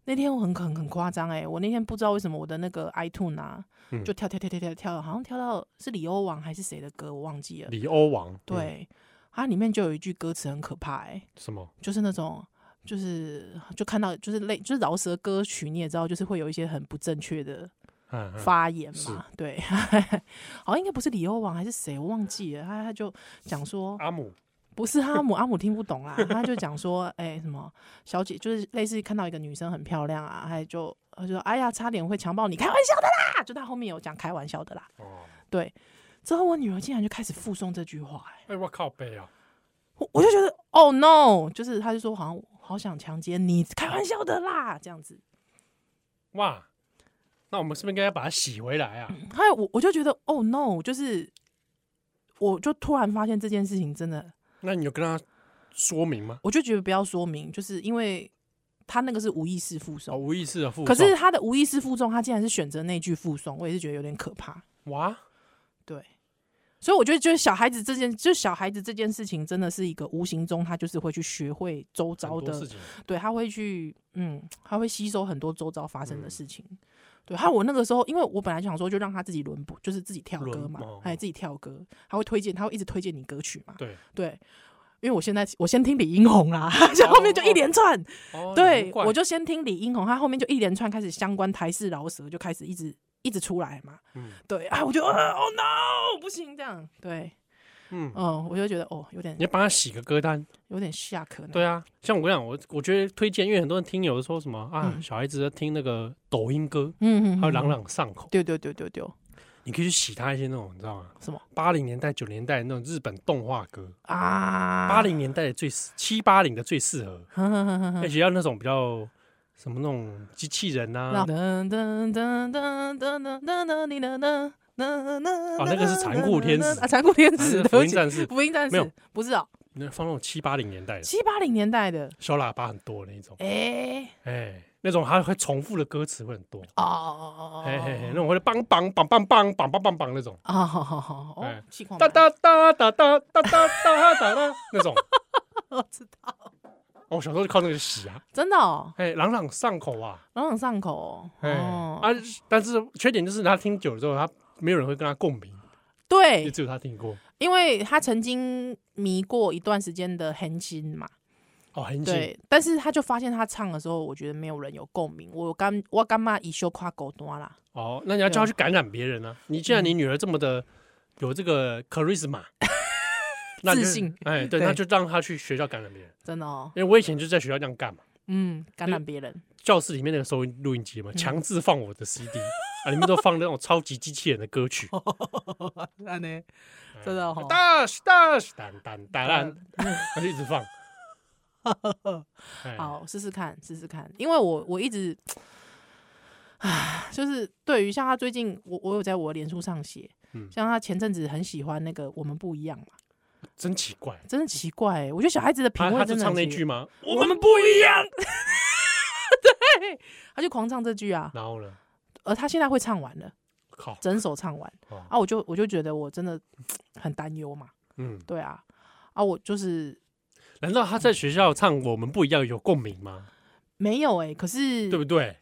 S3: 那天我很很很夸张哎，我那天不知道为什么我的那个 iTune 啊，
S2: 嗯
S3: 就跳跳跳跳跳跳，好像跳到是李欧王还是谁的歌，我忘记了。
S2: 李欧王，嗯
S3: 对，它里面就有一句歌词很可怕哎，
S2: 什么？
S3: 就是那种。就是就看到就是类就是饶舌歌曲，你也知道，就是会有一些很不正确的
S2: 嗯，嗯
S3: 发言
S2: 是
S3: 嘛。对， 好像应该不是李欧王还是谁，我忘记了。他他就讲说，
S2: 阿姆，
S3: 不是哈姆，阿姆听不懂啦， 他就讲说，哎、什么小姐，就是类似看到一个女生很漂亮啊，还就他就说，哎呀，差点会强暴你，开玩笑的啦，就他后面有讲开玩笑的啦，
S2: 哦，
S3: 对。之后我女儿竟然就开始附送这句话、哎，
S2: 哎，我靠背啊，
S3: 我 我就觉得，Oh no，就是他就说好像好想强奸你，开玩笑的啦，这样子。
S2: 哇，那我们是不是应该把它洗回来啊？
S3: 还有我我就觉得，Oh no，就是我就突然发现这件事情真的，
S2: 那你有跟他说明吗？
S3: 我就觉得不要说明，就是因为他那个是无意识附送
S2: 哦，。无意识的附
S3: 可是
S2: 送
S3: 他的无意识附送，他竟然是选择那句附送，我也是觉得有点可怕。
S2: 哇，
S3: 对，所以我觉得，就是小孩子这件，就是小孩子这件事情，真的是一个无形中他就是会去学会周遭
S2: 很多
S3: 的
S2: 事，情，
S3: 对，他会去，嗯，他会吸收很多周遭发生的事情。
S2: 嗯
S3: 对，还有我那个时候，因为我本来就想说，就让他自己轮播，就是自己跳歌
S2: 轮
S3: 嘛
S2: 哦，
S3: 还自己跳歌，他会推荐，他会一直推荐你歌曲嘛。
S2: 对，
S3: 对，因为我现在我先听李英红啦，然后后面就一连串，
S2: 哦
S3: 对
S2: 难，怪
S3: 我就先听李英红，他后面就一连串开始相关台式饶舌，就开始一直一直出来嘛。
S2: 嗯
S3: 对啊，我就呃，Oh no，不行这样。对，
S2: 嗯，
S3: 嗯，我就觉得哦，有点
S2: 你要帮他洗个歌单，
S3: 有点下可能。
S2: 对啊，像我跟你讲，我我觉得推荐，因为很多人听友说什么啊，
S3: 嗯
S2: 小孩子听那个抖音歌，
S3: 嗯，嗯嗯，
S2: 还有朗
S3: 嗯，
S2: 朗上口，
S3: 对对对对对，
S2: 你可以去洗他一些那种，你知道吗？
S3: 什么
S2: 八零年代、九年代那种日本动画歌，
S3: 啊？
S2: 八，零年代的最适七八零的最适合，
S3: 哼哼哼哼
S2: 而
S3: 哼。
S2: 且要那种比较什么那种机器人啊，
S3: 噔噔噔噔噔噔噔噔噔噔噔噔
S2: 啊那个是残酷天使
S3: 啊，残酷天使，对
S2: 是福
S3: 不
S2: 音
S3: 起，
S2: 战士，
S3: 福音战
S2: 没有
S3: 士不是哦，
S2: 那放那种七八零年代的
S3: 七八零年代的，
S2: 小喇叭很多的那种，
S3: 哎，
S2: 哎，那种还会重复的歌词会很多，
S3: 哦哦哦哦
S2: 嘿嘿嘿，那
S3: 哦，
S2: 种会梆梆梆梆梆梆梆梆梆那种，
S3: 哦，好好好，哦
S2: 哎，
S3: 气矿
S2: 哒
S3: 版
S2: 哒哒哒哒哒哒哒哒哒那种， 哦
S3: 我知道，
S2: 我小时候就靠那个洗啊，
S3: 真的哦，
S2: 哎，朗朗上口啊，
S3: 朗朗上口哦。
S2: 哎
S3: 哦
S2: 啊，但是缺点就是他听久了之后，他没有人会跟他共鸣，也
S3: 对，
S2: 只有他听过。
S3: 因为他曾经迷过一段时间的恒心嘛，
S2: 哦，很紧，
S3: 对，但是他就发现他唱的时候，我觉得没有人有共鸣。我干我干嘛以羞夸狗多啦？
S2: 哦，那你要叫他去感染别人啊！你既然你女儿这么的有这个 charisma，那就
S3: 自信，
S2: 哎，对，
S3: 对
S2: 那就让她去学校感染别人。
S3: 真的哦，
S2: 因为我以前就在学校这样干嘛，
S3: 嗯，感染别人，
S2: 教室里面那个收音录音机嘛，强制放我的 CD 啊，里面都放那种超级机器人的歌曲，
S3: 那呢，真的哦，
S2: dash dash 当当当当，他就一直放。哎，
S3: 好，试试看，试试看，因为我我一直，唉，就是对于像他最近，我我有在我的脸书上写，
S2: 嗯
S3: 像他前阵子很喜欢那个我们不一样嘛，
S2: 真奇怪，
S3: 真的奇怪欸、我觉得小孩子的品
S2: 啊他
S3: 味
S2: 他就
S3: 真的
S2: 唱
S3: 很
S2: 那
S3: 奇
S2: 句吗？
S3: 我们不一样。对，他就狂唱这句啊，
S2: 然后呢？
S3: 而他现在会唱完了，
S2: 靠，
S3: 整首唱完
S2: 哦
S3: 啊，我就我就觉得我真的很担忧嘛，
S2: 嗯，
S3: 对啊，啊，我就是
S2: 难道他在学校唱我们不一样有共鸣吗？
S3: 没有哎、可是
S2: 对不对？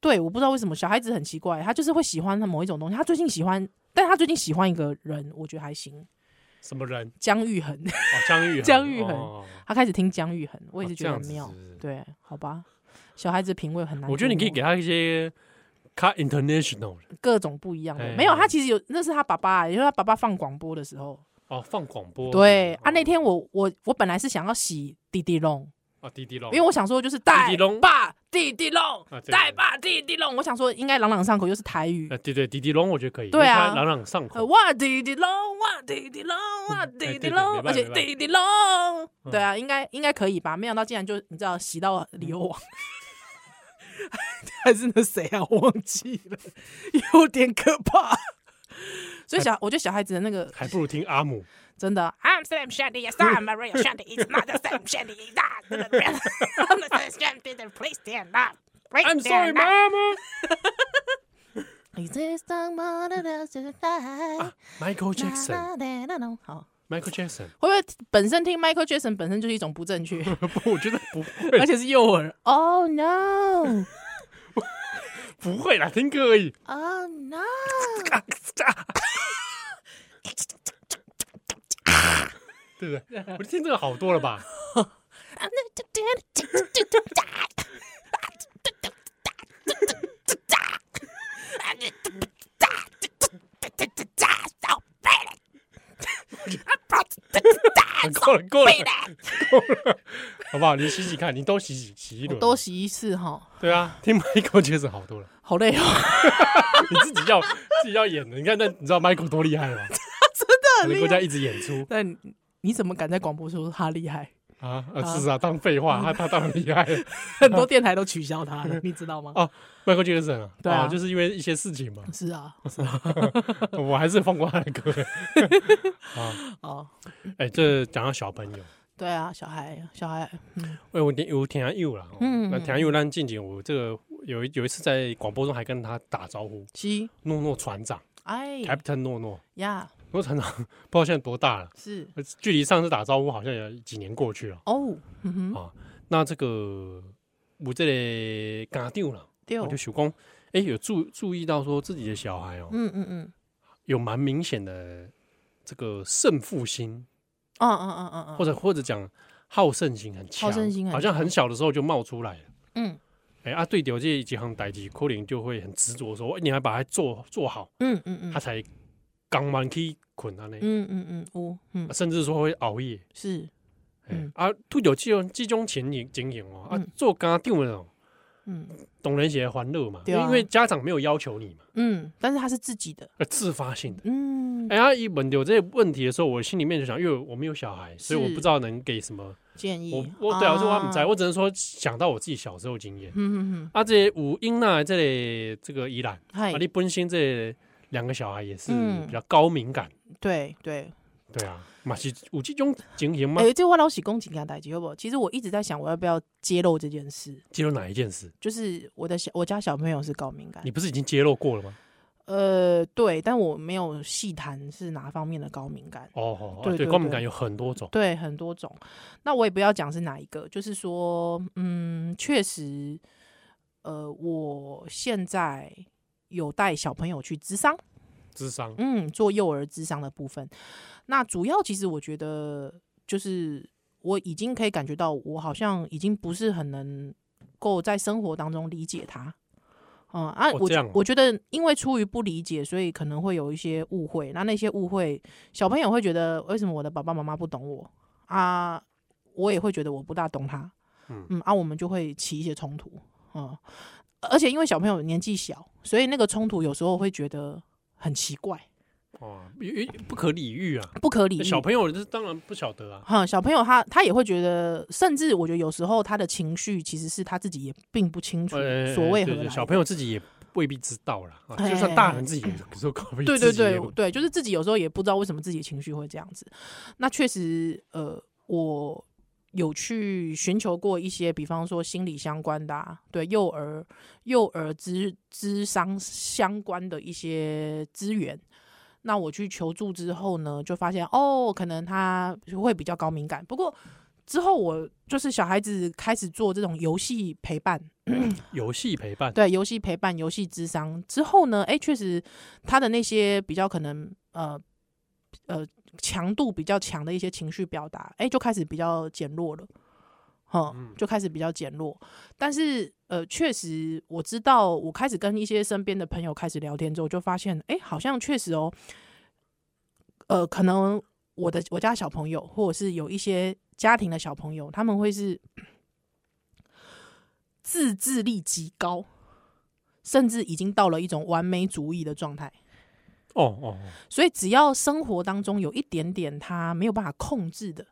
S3: 对，我不知道为什么小孩子很奇怪，他就是会喜欢某一种东西，他最近喜欢，但他最近喜欢一个人，我觉得还行，
S2: 什么人？
S3: 姜育恒，
S2: 哦，姜育恒
S3: 姜育恒
S2: 哦
S3: 他开始听姜育恒，我也
S2: 哦
S3: 是觉
S2: 这
S3: 得
S2: 样
S3: 很
S2: 子
S3: 妙
S2: 是不是，
S3: 对，好吧，小孩子品味很难捉摸，
S2: 我觉得你可以给他一些卡 international 的
S3: 各种不一样的
S2: 哎，
S3: 没有，他其实有，那是他爸爸，啊也就是他爸爸放广播的时候，
S2: 哦，放广播
S3: 对
S2: 哦
S3: 啊，那天我我我本来是想要洗弟弟龙，
S2: 哦，滴滴龙，
S3: 因为我想说就是带
S2: 弟龙
S3: 爸弟弟龙
S2: 啊对，
S3: 带爸弟弟龙，我想说应该朗朗上口，又是台语
S2: 呃，，对对，滴滴龙我觉得可以，
S3: 对啊
S2: 因为它朗朗上
S3: 呃，
S2: 口，
S3: 哇滴滴龙，哇滴滴龙，哇滴滴龙
S2: 哎对对没办，法
S3: 而且
S2: 没办法嗯
S3: 滴滴龙，对啊，应该应该可以吧？没想到竟然就你知道洗到李友王， 还是那谁啊？我忘记了， 有点可怕。所以
S2: 哎
S3: 小，我觉得小孩子的那个
S2: 还不如听阿姆，
S3: 真的，I'm Sam Shandy, yes, I'm Maria Shandy, it's not the Sam Shandy, it's not the I'm the Sam Shandy, then please stand up. Please
S2: I'm sorry,
S3: stand up.
S2: Mama.
S3: Is this someone else to fight?
S2: Michael
S3: 啦
S2: Jackson,
S3: 啦啦啦好，
S2: Michael Jackson，
S3: 会不会本身听 Michael Jackson 本身就是一种不正 确，
S2: 不，我觉得不
S3: 而
S2: 会，
S3: 且是幼儿？Oh no!
S2: 不会啦，听歌而已。
S3: Oh no!
S2: 对不对？我听这个好多了 吧？很够了，够了，够了， 好不好？你洗洗看，你都洗洗洗一 轮，
S3: 多洗一次哈，
S2: 对啊，听 Michael Jackson 好多了，
S3: 好累哦，
S2: 你自己要自己要演的。你看，那你知道 Michael 多厉 害吗？真的，国家一直演出
S3: 但你你怎么敢在广播说他厉害？
S2: 啊，呃是啊，当废话，他他当然厉害了。
S3: 很多电台都取消他了，你知道吗？
S2: 哦，Michael Jackson 啊，
S3: 对啊
S2: 哦就是因为一些事情嘛，
S3: 是啊，
S2: 我还是放过他的歌。
S3: 哦，
S2: 哎，这讲到小朋友，
S3: 对啊，小孩，小孩，嗯，
S2: 哎，我听有听他佑啦，哦
S3: 嗯
S2: 那听他佑，咱近景，我这个有一有一次在广播中还跟他打招呼，
S3: 七，
S2: 诺诺船长
S3: 哎
S2: Captain 诺诺，
S3: 呀，
S2: 诺诺船长 不知道现在多大了，呃
S3: 是
S2: 距离上次打招呼好像也几年过去了。
S3: 哦，嗯哼，
S2: 啊，那这个我这里家长了，
S3: 六
S2: 我，就想讲，哎、有注注意到说自己的小孩哦、
S3: 嗯嗯嗯，
S2: 有蛮明显的这个胜负心，
S3: 嗯嗯嗯嗯
S2: 或
S3: 嗯，
S2: 者或者讲好胜心很强，
S3: 好胜心很
S2: 好像很小的时候就冒出来了。
S3: 嗯
S2: 哎、啊，对，有这几行代际，柯林就会很执着说，哎你还把它做做好，
S3: 嗯嗯嗯
S2: 他，才刚完去捆他呢，
S3: 嗯嗯嗯，五，嗯
S2: 啊，甚至说会熬夜。
S3: 是，
S2: 哎
S3: 嗯
S2: 啊，对有这种这种情形情形哦，啊
S3: 嗯，
S2: 做家长的哦，
S3: 嗯
S2: 懂人些欢乐嘛，
S3: 对啊
S2: 因为家长没有要求你嘛，
S3: 嗯，但是他是自己的，
S2: 呃，自发性的。
S3: 嗯，
S2: 哎呀，一问到这个问题的时候，我心里面就想，因为我没有小孩，所以我
S3: 是
S2: 不知道能给什么。
S3: 建
S2: 我
S3: 议，
S2: 我对啊，我说我不
S3: 们
S2: 在，，我只能说想到我自己小时候经验。
S3: 嗯嗯嗯，
S2: 啊，这些五英呢，这里这个依然，
S3: 嗨
S2: 啊，，你本身这两个小孩也是
S3: 哎嗯
S2: 比较高敏感，
S3: 对对，
S2: 对啊，嘛是有这种情形吗
S3: 哎、？这我老喜恭请他代机，好不好？其实我一直在想，我要不要揭露这件事，
S2: 揭露哪一件事？
S3: 就是我的小我家小朋友是高敏感
S2: 你，不是已经揭露过了吗？
S3: 呃，对，但我没有细谈是哪方面的高敏感。
S2: 哦哦，哦
S3: 对对
S2: 对，高敏
S3: 对
S2: 感有很多种，
S3: 对，很多种。那我也不要讲是哪一个，就是说，嗯，确实，呃，我现在有带小朋友去咨商，
S2: 智商
S3: 嗯，做幼儿咨商的部分。那主要其实我觉得，就是我已经可以感觉到，我好像已经不是很能够在生活当中理解他。嗯啊，
S2: 哦
S3: 我觉
S2: 这样哦
S3: 我觉得，因为出于不理解，所以可能会有一些误会。那那些误会，小朋友会觉得为什么我的爸爸妈妈不懂我啊？我也会觉得我不大懂他。
S2: 嗯
S3: 嗯啊，我们就会起一些冲突。嗯，而且因为小朋友年纪小，所以那个冲突有时候会觉得很奇怪。
S2: 哦，有有不可理喻啊。
S3: 不可理喻。
S2: 小朋友这当然不晓得啊，
S3: 哈、小朋友他他也会觉得，甚至我觉得有时候他的情绪其实是他自己也并不清楚
S2: 呃
S3: 所谓何
S2: 对
S3: 来
S2: 对
S3: 的。
S2: 小朋友自己也未必知道啦，啊
S3: 哎
S2: 就算大人自己也有时候搞不
S3: 对对对对，就是自己有时候也不知道为什么自己情绪会这样子。那确实，呃，我有去寻求过一些，比方说心理相关的、啊，对幼儿、幼儿之智商相关的一些资源。那我去求助之后呢，就发现哦，可能他会比较高敏感。不过之后我就是小孩子开始做这种游戏陪伴，
S2: 游戏陪伴，
S3: 对游戏陪伴、游戏智商之后呢，哎，确实他的那些比较可能呃呃强度比较强的一些情绪表达，哎，就开始比较减弱了。嗯
S2: 嗯，
S3: 就开始比较减弱，但是呃，确实我知道，我开始跟一些身边的朋友开始聊天之后，就发现，哎、好像确实哦，呃，可能我的我家小朋友，或者是有一些家庭的小朋友，他们会是 自制力极高，甚至已经到了一种完美主义的状态。
S2: 哦哦，哦
S3: 所以，只要生活当中有一点点他没有办法控制的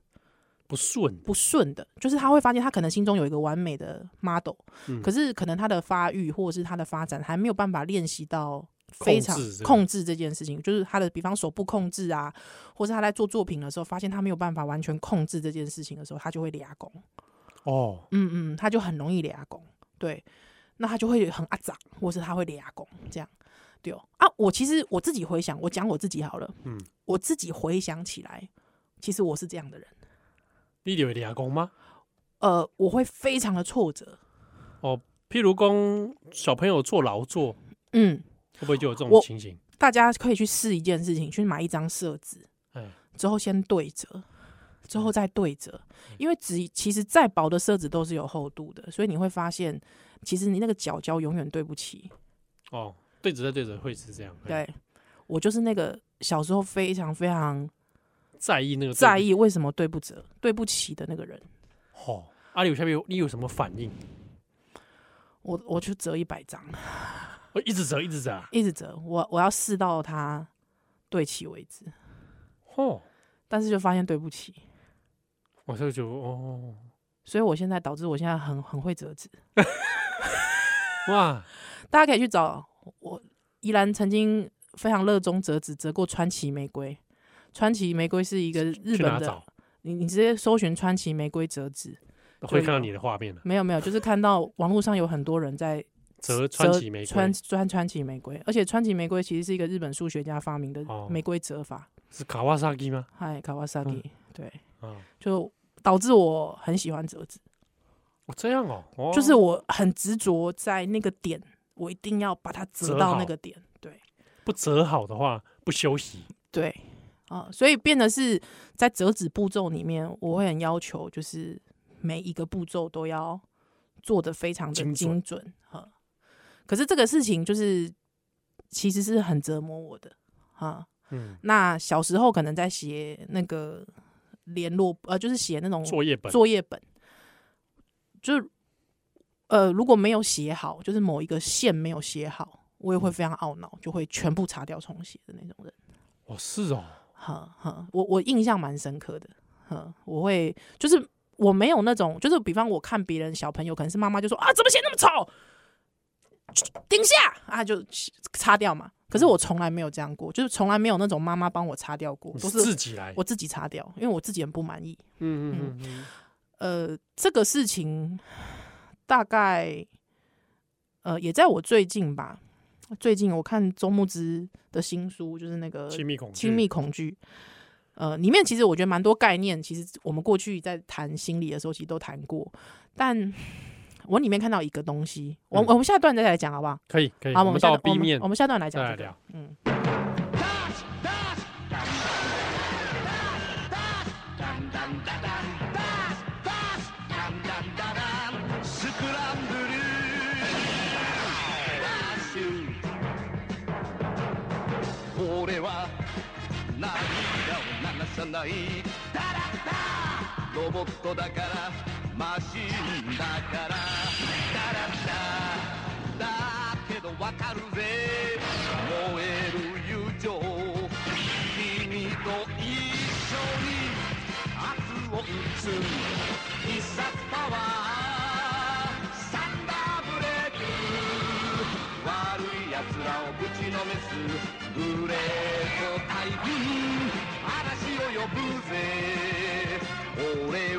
S2: 不顺，
S3: 不顺的，就是他会发现他可能心中有一个完美的 model，、
S2: 嗯
S3: 可是可能他的发育或者是他的发展还没有办法练习到非常
S2: 控制这个
S3: 控制这件事情，就是他的比方手部控制啊，或是他在做作品的时候，发现他没有办法完全控制这件事情的时候，他就会俩拱，
S2: 哦，
S3: 嗯嗯，他就很容易俩拱，对，那他就会很阿杂，或是他会俩拱这样，对哦啊，我其实我自己回想，我讲我自己好了，
S2: 嗯，
S3: 我自己回想起来，其实我是这样的人，
S2: 你有俩公吗？
S3: 呃，我会非常的挫折，
S2: 哦，譬如讲小朋友做劳作，
S3: 嗯。
S2: 会不会就有这种
S3: 我
S2: 情形？
S3: 大家可以去试一件事情，去买一张色纸，
S2: 哎，
S3: 之后先对折，之后再对折，因为纸其实再薄的色纸都是有厚度的，所以你会发现，其实你那个角角永远对不齐。
S2: 哦，对着对着会是这样，哎，
S3: 对我就是那个小时候非常非常
S2: 在意那个对
S3: 在意为什么对不折、对不起的那个人，
S2: 哦。阿里有下面有你有什么反应？
S3: 我我去折一百张，
S2: 我一直折，一直折啊，
S3: 一直折，我我要试到它对齐为止，
S2: 哦，
S3: 但是就发现对不起，
S2: 我就觉得哦，
S3: 所以我现在导致我现在很很会折纸。
S2: 哇，
S3: 大家可以去找我。依兰曾经非常热衷折纸，折过川崎玫瑰。川崎玫瑰是一个日
S2: 去哪
S3: 本的
S2: 找，？
S3: 你你直接搜寻川崎玫瑰折纸，
S2: 会看到你的画面了。啊
S3: 没有没有，就是看到网络上有很多人在
S2: 折川崎玫瑰
S3: 川川川崎玫瑰，而且川崎玫瑰其实是一个日本数学家发明的
S2: 哦
S3: 玫瑰折法。
S2: 是卡哇萨基吗？
S3: 嗨、卡瓦萨基，对，
S2: 啊，
S3: 就导致我很喜欢折纸，
S2: 哦，这样哦，哦
S3: 就是我很执着在那个点，我一定要把它折
S2: 折
S3: 到
S2: 好
S3: 那个点，对。
S2: 不折好的话不休息。
S3: 对啊、所以变得是在折纸步骤里面，我会很要求，就是每一个步骤都要做的非常的
S2: 精准
S3: 精准哈、可是这个事情就是其实是很折磨我的啊。
S2: 嗯，
S3: 那小时候可能在写那个联络呃，就是写那种
S2: 作业本
S3: 作业本，就是呃如果没有写好，就是某一个线没有写好，我
S2: 嗯
S3: 也会非常懊恼，就会全部擦掉重写的那种人。
S2: 哦，是哦，
S3: 呵呵，我我印象蛮深刻的。呵，我会就是我没有那种，就是比方我看别人小朋友，可能是妈妈就说啊，怎么写那么丑，顶下啊就擦掉嘛。可是我从来没有这样过，就是从来没有那种妈妈帮我擦掉过，都
S2: 你自
S3: 是
S2: 己来。
S3: 我自己擦掉，因为我自己很不满意。
S2: 嗯嗯嗯嗯，
S3: 呃，这个事情大概呃也在我最近吧。最近我看周牧之的新书，就是那个
S2: 亲密恐惧，
S3: 嗯亲密恐惧。呃，里面其实我觉得蛮多概念，其实我们过去在谈心理的时候，其实都谈过。但我里面看到一个东西，我、
S2: 嗯
S3: 我们下一段再来讲好不好？
S2: 可以可以，
S3: 好，
S2: 我们
S3: 下
S2: 到
S3: 段我
S2: B 面
S3: 我们下段来讲、
S2: 再
S3: 这
S2: 来
S3: 个
S2: 聊。
S3: 嗯，
S5: スクランブル」「俺は涙を流さない」「ダラッダロボットだからマシンだから」「ダラッダだけどわかるぜ燃える友情」「君と一緒に熱を打つ」必殺パワーサンダーブレイク悪い奴らをぶちのめすグレート大軍嵐を呼ぶぜ俺